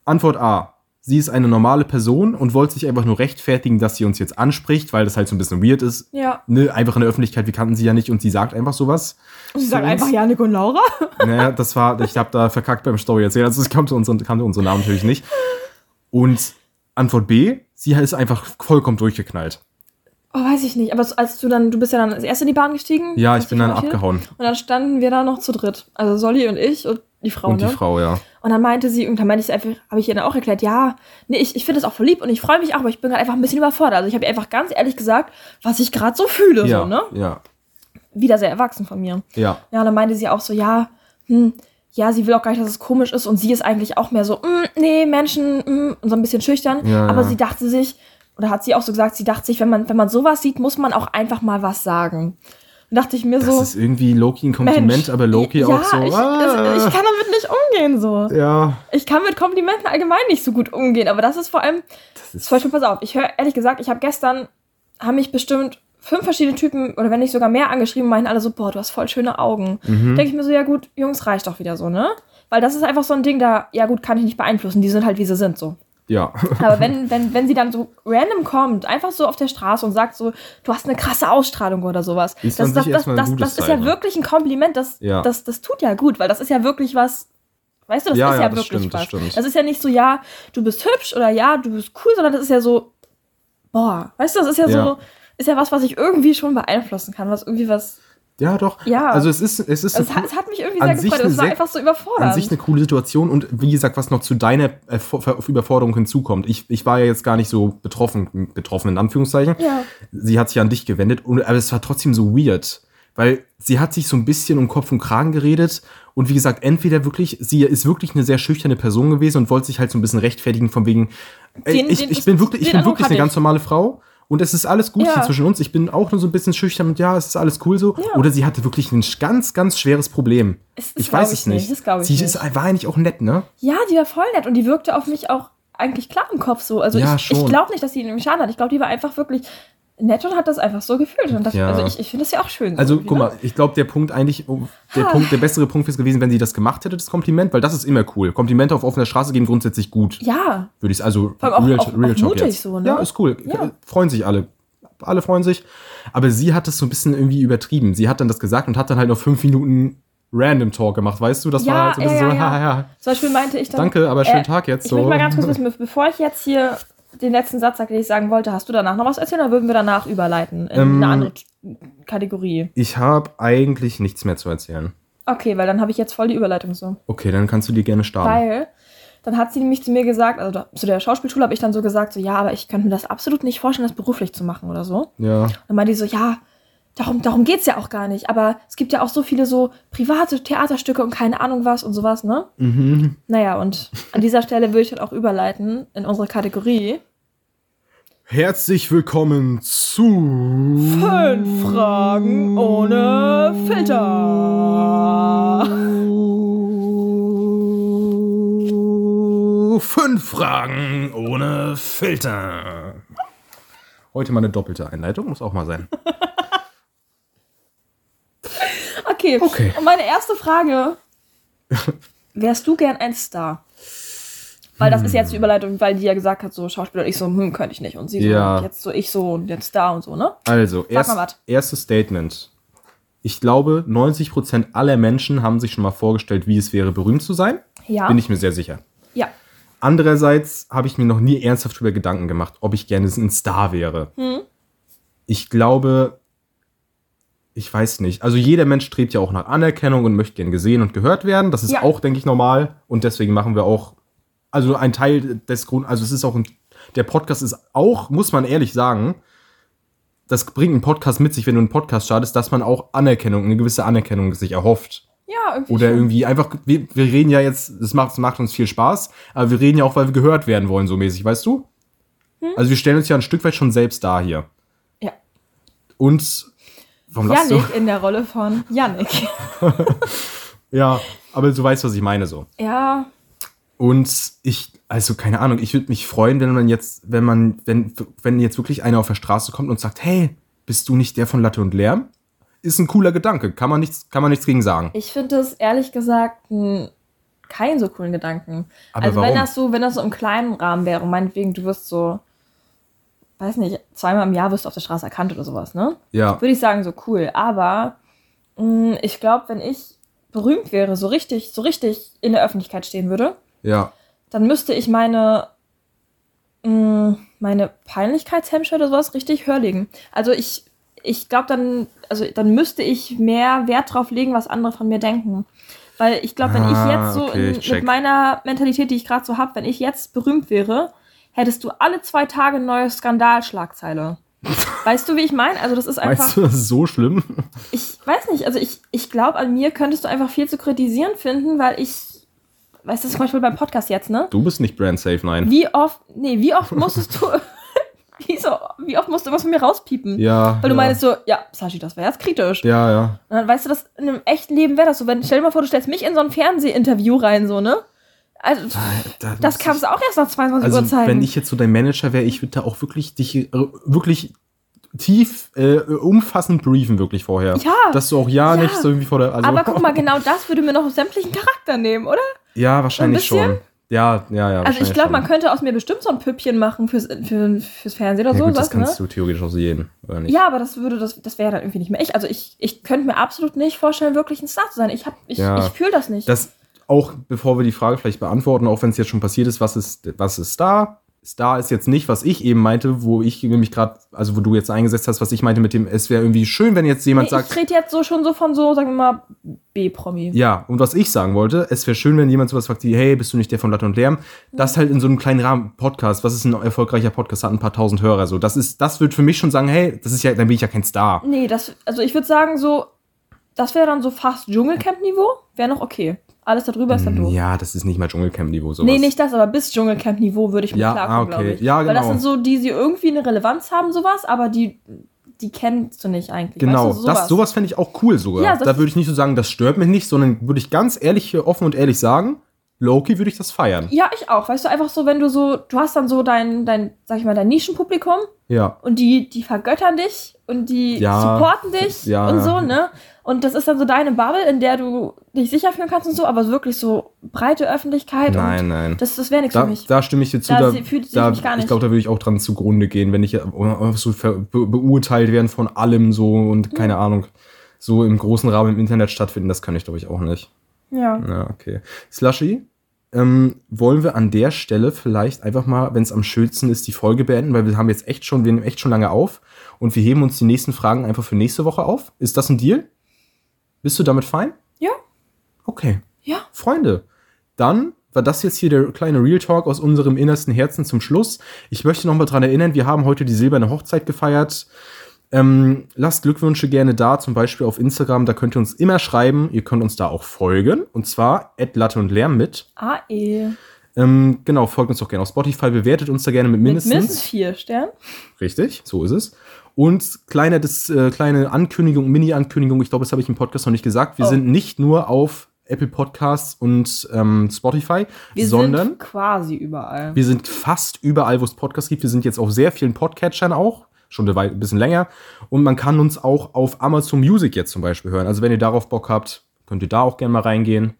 Speaker 1: Antwort A. Sie ist eine normale Person und wollte sich einfach nur rechtfertigen, dass sie uns jetzt anspricht, weil das halt so ein bisschen weird ist.
Speaker 2: Ja.
Speaker 1: Ne, einfach in der Öffentlichkeit, wir kannten sie ja nicht und sie sagt einfach
Speaker 2: [LAUGHS]
Speaker 1: sowas.
Speaker 2: Und sie sagen
Speaker 1: Zu uns?
Speaker 2: einfach Janik und Laura. [LAUGHS]
Speaker 1: Naja, das war, ich habe da verkackt beim Story erzählen. Also es kannte unseren, kannte unseren Namen natürlich nicht. Und Antwort B, sie ist einfach vollkommen durchgeknallt.
Speaker 2: Oh, weiß ich nicht. Aber so, als du dann, du bist ja dann als erste in die Bahn gestiegen.
Speaker 1: Ja, ich
Speaker 2: Hast
Speaker 1: bin
Speaker 2: dich
Speaker 1: dann
Speaker 2: verabschiedet.
Speaker 1: abgehauen.
Speaker 2: Und dann standen wir da noch zu dritt. Also Solly und ich und die Frau,
Speaker 1: Und die
Speaker 2: ne?
Speaker 1: Frau, ja.
Speaker 2: Und dann meinte sie, und dann meinte ich einfach, habe ich ihr dann auch erklärt, ja, nee, ich, ich finde das auch voll lieb und ich freue mich auch, aber ich bin gerade einfach ein bisschen überfordert. Also ich habe ihr einfach ganz ehrlich gesagt, was ich gerade so fühle,
Speaker 1: ja,
Speaker 2: so, ne?
Speaker 1: ja,
Speaker 2: Wieder sehr erwachsen von mir.
Speaker 1: ja.
Speaker 2: Ja, und dann meinte sie auch so, ja, hm, ja, sie will auch gar nicht, dass es komisch ist und sie ist eigentlich auch mehr so, mm, nee, Menschen, mm, und so ein bisschen schüchtern.
Speaker 1: Ja,
Speaker 2: aber
Speaker 1: ja.
Speaker 2: sie dachte sich, oder hat sie auch so gesagt, sie dachte sich, wenn man, wenn man sowas sieht, muss man auch einfach mal was sagen. Und dachte ich mir
Speaker 1: Das
Speaker 2: so,
Speaker 1: ist irgendwie Loki ein Kompliment, aber Loki
Speaker 2: ja,
Speaker 1: auch so.
Speaker 2: Ich,
Speaker 1: ah,
Speaker 2: das, ich kann damit nicht umgehen so.
Speaker 1: ja,
Speaker 2: Ich kann mit Komplimenten allgemein nicht so gut umgehen, aber das ist vor allem,
Speaker 1: das
Speaker 2: das
Speaker 1: ist,
Speaker 2: ist voll schön, pass auf, ich höre ehrlich gesagt, ich habe gestern, haben mich bestimmt fünf verschiedene Typen oder wenn nicht sogar mehr angeschrieben, meinen alle so, boah, du hast voll schöne Augen.
Speaker 1: Mhm.
Speaker 2: Denke ich mir so, ja gut, Jungs, reicht doch wieder so, ne? Weil das ist einfach so ein Ding, da, ja gut, kann ich nicht beeinflussen, die sind halt, wie sie sind, so.
Speaker 1: ja. [LAUGHS]
Speaker 2: Aber wenn, wenn, wenn sie dann so random kommt, einfach so auf der Straße und sagt so, du hast eine krasse Ausstrahlung oder sowas.
Speaker 1: Ist
Speaker 2: das
Speaker 1: an
Speaker 2: das,
Speaker 1: sich
Speaker 2: das,
Speaker 1: erstmal ein
Speaker 2: das,
Speaker 1: gutes
Speaker 2: das ist ja
Speaker 1: Zeichen.
Speaker 2: wirklich ein Kompliment, das,
Speaker 1: Ja.
Speaker 2: das, das tut ja gut, weil das ist ja wirklich was. Weißt du, das
Speaker 1: Ja,
Speaker 2: ist
Speaker 1: ja,
Speaker 2: ja,
Speaker 1: das
Speaker 2: wirklich
Speaker 1: stimmt, das
Speaker 2: was.
Speaker 1: stimmt.
Speaker 2: ist ja nicht so, ja, du bist hübsch oder ja, du bist cool, sondern das ist ja so, boah, weißt du, das ist ja,
Speaker 1: Ja.
Speaker 2: so, ist ja was, was ich irgendwie schon beeinflussen kann, was irgendwie was.
Speaker 1: Ja, doch.
Speaker 2: Ja.
Speaker 1: Also es ist, es ist
Speaker 2: Also es,
Speaker 1: eine
Speaker 2: hat, es hat mich irgendwie
Speaker 1: An
Speaker 2: sehr
Speaker 1: sich
Speaker 2: gefreut.
Speaker 1: eine
Speaker 2: Es war
Speaker 1: sehr-
Speaker 2: einfach so
Speaker 1: an
Speaker 2: überfordernd.
Speaker 1: sich eine coole Situation und wie gesagt, was noch zu deiner Erfo- Ver- Überforderung hinzukommt. Ich, ich war ja jetzt gar nicht so betroffen, betroffen in Anführungszeichen.
Speaker 2: Ja.
Speaker 1: Sie hat sich an dich gewendet, und, aber es war trotzdem so weird, weil sie hat sich so ein bisschen um Kopf und Kragen geredet und wie gesagt, entweder wirklich, sie ist wirklich eine sehr schüchterne Person gewesen und wollte sich halt so ein bisschen rechtfertigen von wegen, ey,
Speaker 2: Den-
Speaker 1: ich,
Speaker 2: den-
Speaker 1: ich bin wirklich, ich
Speaker 2: den
Speaker 1: bin
Speaker 2: Eindruck
Speaker 1: wirklich
Speaker 2: hatte
Speaker 1: eine ganz
Speaker 2: ich.
Speaker 1: normale Frau. Und es ist alles gut
Speaker 2: Ja.
Speaker 1: hier zwischen uns. Ich bin auch nur so ein bisschen schüchtern und ja, es ist alles cool so.
Speaker 2: Ja.
Speaker 1: Oder sie hatte wirklich ein sch- ganz, ganz schweres Problem.
Speaker 2: Es- das
Speaker 1: ich weiß es
Speaker 2: glaub ich nicht,
Speaker 1: nicht.
Speaker 2: das glaub ich
Speaker 1: sie
Speaker 2: nicht.
Speaker 1: Ist, war eigentlich auch nett, ne?
Speaker 2: Ja, die war voll nett und die wirkte auf mich auch eigentlich klar im Kopf so. Also
Speaker 1: Ja,
Speaker 2: ich,
Speaker 1: schon.
Speaker 2: ich glaube nicht, dass sie ihm Schaden hat. Ich glaube, die war einfach wirklich nett und hat das einfach so gefühlt. Und das,
Speaker 1: Ja.
Speaker 2: Also ich, ich finde das ja auch schön. So
Speaker 1: Also,
Speaker 2: irgendwie,
Speaker 1: guck
Speaker 2: ne?
Speaker 1: mal, ich glaube, der Punkt eigentlich, oh, der
Speaker 2: Ha.
Speaker 1: Punkt, der bessere Punkt wäre gewesen, wenn sie das gemacht hätte, das Kompliment, weil das ist immer cool. Komplimente auf offener Straße gehen grundsätzlich gut,
Speaker 2: Ja,
Speaker 1: würde ich also
Speaker 2: Vor allem auch- auch- auch mutig so, ne?
Speaker 1: Ja, ist cool.
Speaker 2: Ja.
Speaker 1: Freuen sich alle. Alle freuen sich. Aber sie hat das so ein bisschen irgendwie übertrieben. Sie hat dann das gesagt und hat dann halt noch fünf Minuten Random Talk gemacht, weißt du? Das
Speaker 2: Ja,
Speaker 1: war halt so ein
Speaker 2: ja,
Speaker 1: bisschen
Speaker 2: ja,
Speaker 1: so, [LAUGHS]
Speaker 2: ja.
Speaker 1: haha.
Speaker 2: zum Beispiel meinte ich dann. äh,
Speaker 1: Danke, aber schönen Tag jetzt,
Speaker 2: Ich
Speaker 1: so.
Speaker 2: möchte mal
Speaker 1: [LAUGHS]
Speaker 2: ganz kurz wissen, bevor ich jetzt hier den letzten Satz sage, den ich sagen wollte, hast du danach noch was erzählen oder würden wir danach überleiten in
Speaker 1: Ähm.
Speaker 2: eine andere Kategorie?
Speaker 1: Ich habe eigentlich nichts mehr zu erzählen.
Speaker 2: Okay, weil dann habe ich jetzt voll die Überleitung so.
Speaker 1: Okay, dann kannst du dir gerne starten.
Speaker 2: Weil dann hat sie nämlich zu mir gesagt, also da- zu der Schauspielschule habe ich dann so gesagt, so ja, aber ich könnte mir das absolut nicht vorstellen, das beruflich zu machen oder so.
Speaker 1: Ja.
Speaker 2: Dann meinte die so, ja, darum, darum geht's ja auch gar nicht. Aber es gibt ja auch so viele so private Theaterstücke und keine Ahnung was und sowas, ne?
Speaker 1: Mhm.
Speaker 2: Naja, und an dieser Stelle würde ich dann auch überleiten in unsere Kategorie.
Speaker 1: Herzlich willkommen zu
Speaker 2: Fünf Fragen ohne Filter.
Speaker 1: Fünf Fragen ohne Filter. Heute mal eine doppelte Einleitung, muss auch mal sein.
Speaker 2: Okay.
Speaker 1: Okay.
Speaker 2: Und meine
Speaker 1: [LAUGHS]
Speaker 2: erste Frage. Wärst du gern ein Star? Weil das ist jetzt die
Speaker 1: Hm.
Speaker 2: Überleitung, weil die ja gesagt hat, so Schauspieler und ich so, hm, könnte ich nicht. Und sie so,
Speaker 1: Ja.
Speaker 2: und jetzt so, ich so und jetzt Star und so, ne? [LAUGHS]
Speaker 1: Also, erst,
Speaker 2: mal was.
Speaker 1: erstes Statement. Ich glaube, 90% aller Menschen haben sich schon mal vorgestellt, wie es wäre, berühmt zu sein.
Speaker 2: Ja.
Speaker 1: Bin ich mir sehr sicher.
Speaker 2: Ja.
Speaker 1: Andererseits habe ich mir noch nie ernsthaft darüber Gedanken gemacht, ob ich gerne ein Star wäre.
Speaker 2: Hm?
Speaker 1: Ich glaube, ich weiß nicht. Also jeder Mensch strebt ja auch nach Anerkennung und möchte gern gesehen und gehört werden. Das ist
Speaker 2: Ja.
Speaker 1: auch, denke ich, normal. Und deswegen machen wir auch, also ein Teil des Grund, also es ist auch ein, der Podcast ist auch, muss man ehrlich sagen, das bringt einen Podcast mit sich, wenn du einen Podcast startest, dass man auch Anerkennung, eine gewisse Anerkennung sich erhofft.
Speaker 2: Ja, irgendwie.
Speaker 1: Oder
Speaker 2: schon.
Speaker 1: irgendwie einfach, wir, wir reden ja jetzt, es macht, es macht uns viel Spaß, aber wir reden ja auch, weil wir gehört werden wollen, so mäßig, weißt du?
Speaker 2: Hm?
Speaker 1: Also wir stellen uns ja ein Stück weit schon selbst dar hier.
Speaker 2: Ja.
Speaker 1: Und warum lachst du?
Speaker 2: Yannick in der Rolle von
Speaker 1: [LAUGHS]
Speaker 2: Yannick.
Speaker 1: Ja, aber du weißt, was ich meine so.
Speaker 2: ja,
Speaker 1: Und ich, also keine Ahnung, ich würde mich freuen, wenn man jetzt, wenn man, wenn, wenn jetzt wirklich einer auf der Straße kommt und sagt, hey, bist du nicht der von Latte und Lärm? Ist ein cooler Gedanke, kann man nichts, kann man nichts gegen sagen.
Speaker 2: Ich finde das ehrlich gesagt n- keinen so coolen Gedanken.
Speaker 1: Aber
Speaker 2: also
Speaker 1: warum?
Speaker 2: wenn das so, wenn das so im kleinen Rahmen wäre, meinetwegen, du wirst so, weiß nicht, zweimal im Jahr wirst du auf der Straße erkannt oder sowas, ne?
Speaker 1: Ja,
Speaker 2: Würde ich sagen, so cool. Aber mh, ich glaube, wenn ich berühmt wäre, so richtig, so richtig in der Öffentlichkeit stehen würde,
Speaker 1: ja,
Speaker 2: dann müsste ich meine, mh, meine Peinlichkeitshemmschwelle oder sowas richtig hörlegen. Also ich, ich glaube, dann, also dann müsste ich mehr Wert drauf legen, was andere von mir denken. Weil ich glaube, wenn ich
Speaker 1: Ah,
Speaker 2: jetzt so
Speaker 1: okay, ich
Speaker 2: in,
Speaker 1: check.
Speaker 2: mit meiner Mentalität, die ich gerade so habe, wenn ich jetzt berühmt wäre, hättest du alle zwei Tage eine neue Skandalschlagzeile. weißt du, wie ich meine? Also das ist einfach
Speaker 1: meinst du, das ist so schlimm?
Speaker 2: ich weiß nicht, also ich, ich glaube, an mir könntest du einfach viel zu kritisieren finden, weil ich, weißt du, zum Beispiel beim Podcast jetzt, ne?
Speaker 1: Du bist nicht brand safe, nein.
Speaker 2: Wie oft, nee, wie oft musstest du, [LAUGHS] wie, so, wie oft musst du was von mir rauspiepen?
Speaker 1: Ja.
Speaker 2: Weil du
Speaker 1: ja.
Speaker 2: meinst so, ja, Sashi, das war jetzt kritisch.
Speaker 1: Ja, ja.
Speaker 2: Und dann weißt du, das in einem echten Leben wäre das so. Wenn, stell dir mal vor, du stellst mich in so ein Fernsehinterview rein, so, ne? Also, das kannst du auch erst nach 22
Speaker 1: Ah, also,
Speaker 2: Uhr zeigen.
Speaker 1: Wenn ich jetzt so dein Manager wäre, ich würde da auch wirklich dich äh, wirklich tief äh, umfassend briefen, wirklich vorher.
Speaker 2: Ja.
Speaker 1: Dass du auch ja,
Speaker 2: Ja.
Speaker 1: nicht so irgendwie vor der. Also,
Speaker 2: Aber
Speaker 1: [LAUGHS]
Speaker 2: guck mal, genau das würde mir noch sämtlichen Charakter nehmen, oder?
Speaker 1: Ja, wahrscheinlich
Speaker 2: so ein
Speaker 1: schon. Ja, ja, ja.
Speaker 2: Also ich glaube, man könnte aus mir bestimmt so ein Püppchen machen fürs, für, fürs Fernsehen oder
Speaker 1: ja, gut, das
Speaker 2: sowas,
Speaker 1: kannst
Speaker 2: ne?
Speaker 1: du theoretisch aus jedem, oder nicht?
Speaker 2: Ja, aber das würde, das, das wäre dann irgendwie nicht mehr ich. Also ich, ich könnte mir absolut nicht vorstellen, wirklich ein Star zu sein. Ich, hab- ich,
Speaker 1: Ja.
Speaker 2: ich fühle das nicht.
Speaker 1: Das auch, bevor wir die Frage vielleicht beantworten, auch wenn es jetzt schon passiert ist, was ist, was ist da? Star ist jetzt nicht, was ich eben meinte, wo ich nämlich gerade, also wo du jetzt eingesetzt hast, was ich meinte mit dem, es wäre irgendwie schön, wenn jetzt
Speaker 2: nee,
Speaker 1: jemand
Speaker 2: ich
Speaker 1: sagt,
Speaker 2: rede jetzt so schon so von so, sagen wir mal, B-Promi.
Speaker 1: Ja, und was ich sagen wollte, es wäre schön, wenn jemand sowas fragt wie, hey, bist du nicht der von Latte und Lärm? Das halt in so einem kleinen Rahmen, Podcast, was ist ein erfolgreicher Podcast, hat ein paar tausend Hörer, so. Das ist, das wird für mich schon sagen, hey, das ist ja, dann bin ich ja kein Star.
Speaker 2: Nee, das, also ich würde sagen, so, das wäre dann so fast Dschungelcamp-Niveau. Wäre noch okay. Alles darüber ist dann doof.
Speaker 1: Mm, Ja, das ist nicht mal Dschungelcamp-Niveau, sowas.
Speaker 2: Nee, nicht das, aber bis Dschungelcamp-Niveau würde ich mir
Speaker 1: Ja, ah,
Speaker 2: klarkommen,
Speaker 1: okay.
Speaker 2: glaube ich.
Speaker 1: Ja,
Speaker 2: Weil das
Speaker 1: genau.
Speaker 2: sind so die, die irgendwie eine Relevanz haben, sowas, aber die, die kennst du nicht eigentlich.
Speaker 1: Genau,
Speaker 2: weißt du,
Speaker 1: das, sowas fände ich auch cool sogar.
Speaker 2: Ja, das-
Speaker 1: da würde ich nicht so sagen, das stört mich nicht, sondern würde ich ganz ehrlich hier offen und ehrlich sagen, Loki würde ich das feiern.
Speaker 2: Ja, ich auch. Weißt du, einfach so, wenn du so, du hast dann so dein, dein, sag ich mal, dein Nischenpublikum
Speaker 1: Ja.
Speaker 2: und die, die vergöttern dich und die
Speaker 1: Ja.
Speaker 2: supporten dich
Speaker 1: Ja.
Speaker 2: und so, ne? Und das ist dann so deine Bubble, in der du dich sicher fühlen kannst und so, aber wirklich so breite Öffentlichkeit
Speaker 1: Nein,
Speaker 2: und
Speaker 1: nein.
Speaker 2: das, das wäre nichts für
Speaker 1: Da,
Speaker 2: mich.
Speaker 1: da stimme ich dir zu.
Speaker 2: Da
Speaker 1: Da,
Speaker 2: sie- fühlt sich
Speaker 1: da,
Speaker 2: mich gar
Speaker 1: ich
Speaker 2: nicht.
Speaker 1: glaube, da würde ich auch dran zugrunde gehen, wenn ich äh, einfach so ver- be beurteilt werden von allem so und keine Ahnung, so im großen Rahmen im Internet stattfinden. Das kann ich, glaube ich, auch nicht.
Speaker 2: Ja.
Speaker 1: Ja, okay. Slushy, ähm, wollen wir an der Stelle vielleicht einfach mal, wenn es am schönsten ist, die Folge beenden, weil wir haben jetzt echt schon, wir nehmen echt schon lange auf und wir heben uns die nächsten Fragen einfach für nächste Woche auf. Ist das ein Deal? Bist du damit fein?
Speaker 2: Ja.
Speaker 1: Okay.
Speaker 2: Ja.
Speaker 1: Freunde, dann war das jetzt hier der kleine Real Talk aus unserem innersten Herzen zum Schluss. Ich möchte nochmal dran erinnern, wir haben heute die silberne Hochzeit gefeiert. Ähm, lasst Glückwünsche gerne da, zum Beispiel auf Instagram, da könnt ihr uns immer schreiben. Ihr könnt uns da auch folgen. Und zwar Latte und Lärm mit.
Speaker 2: Ah, eh.
Speaker 1: Ähm, genau, folgt uns auch gerne auf Spotify, bewertet uns da gerne mit mindestens.
Speaker 2: Mit mindestens vier Sterne.
Speaker 1: Richtig, so ist es. Und kleine, das, äh, kleine Ankündigung, Mini-Ankündigung, ich glaube, das habe ich im Podcast noch nicht gesagt. Wir
Speaker 2: Oh.
Speaker 1: sind nicht nur auf Apple Podcasts und ähm, Spotify,
Speaker 2: Wir
Speaker 1: sondern
Speaker 2: sind quasi überall.
Speaker 1: wir sind fast überall, wo es Podcasts gibt. Wir sind jetzt auf sehr vielen Podcatchern auch, schon eine Weile, ein bisschen länger. Und man kann uns auch auf Amazon Music jetzt zum Beispiel hören. Also wenn ihr darauf Bock habt, könnt ihr da auch gerne mal reingehen.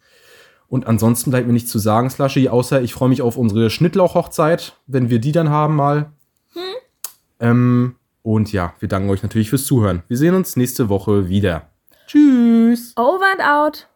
Speaker 1: Und ansonsten bleibt mir nichts zu sagen, Slushy, außer ich freue mich auf unsere Schnittlauch-Hochzeit, wenn wir die dann haben mal. Ähm, und ja, wir danken euch natürlich fürs Zuhören. Wir sehen uns nächste Woche wieder. Tschüss.
Speaker 2: Over and out.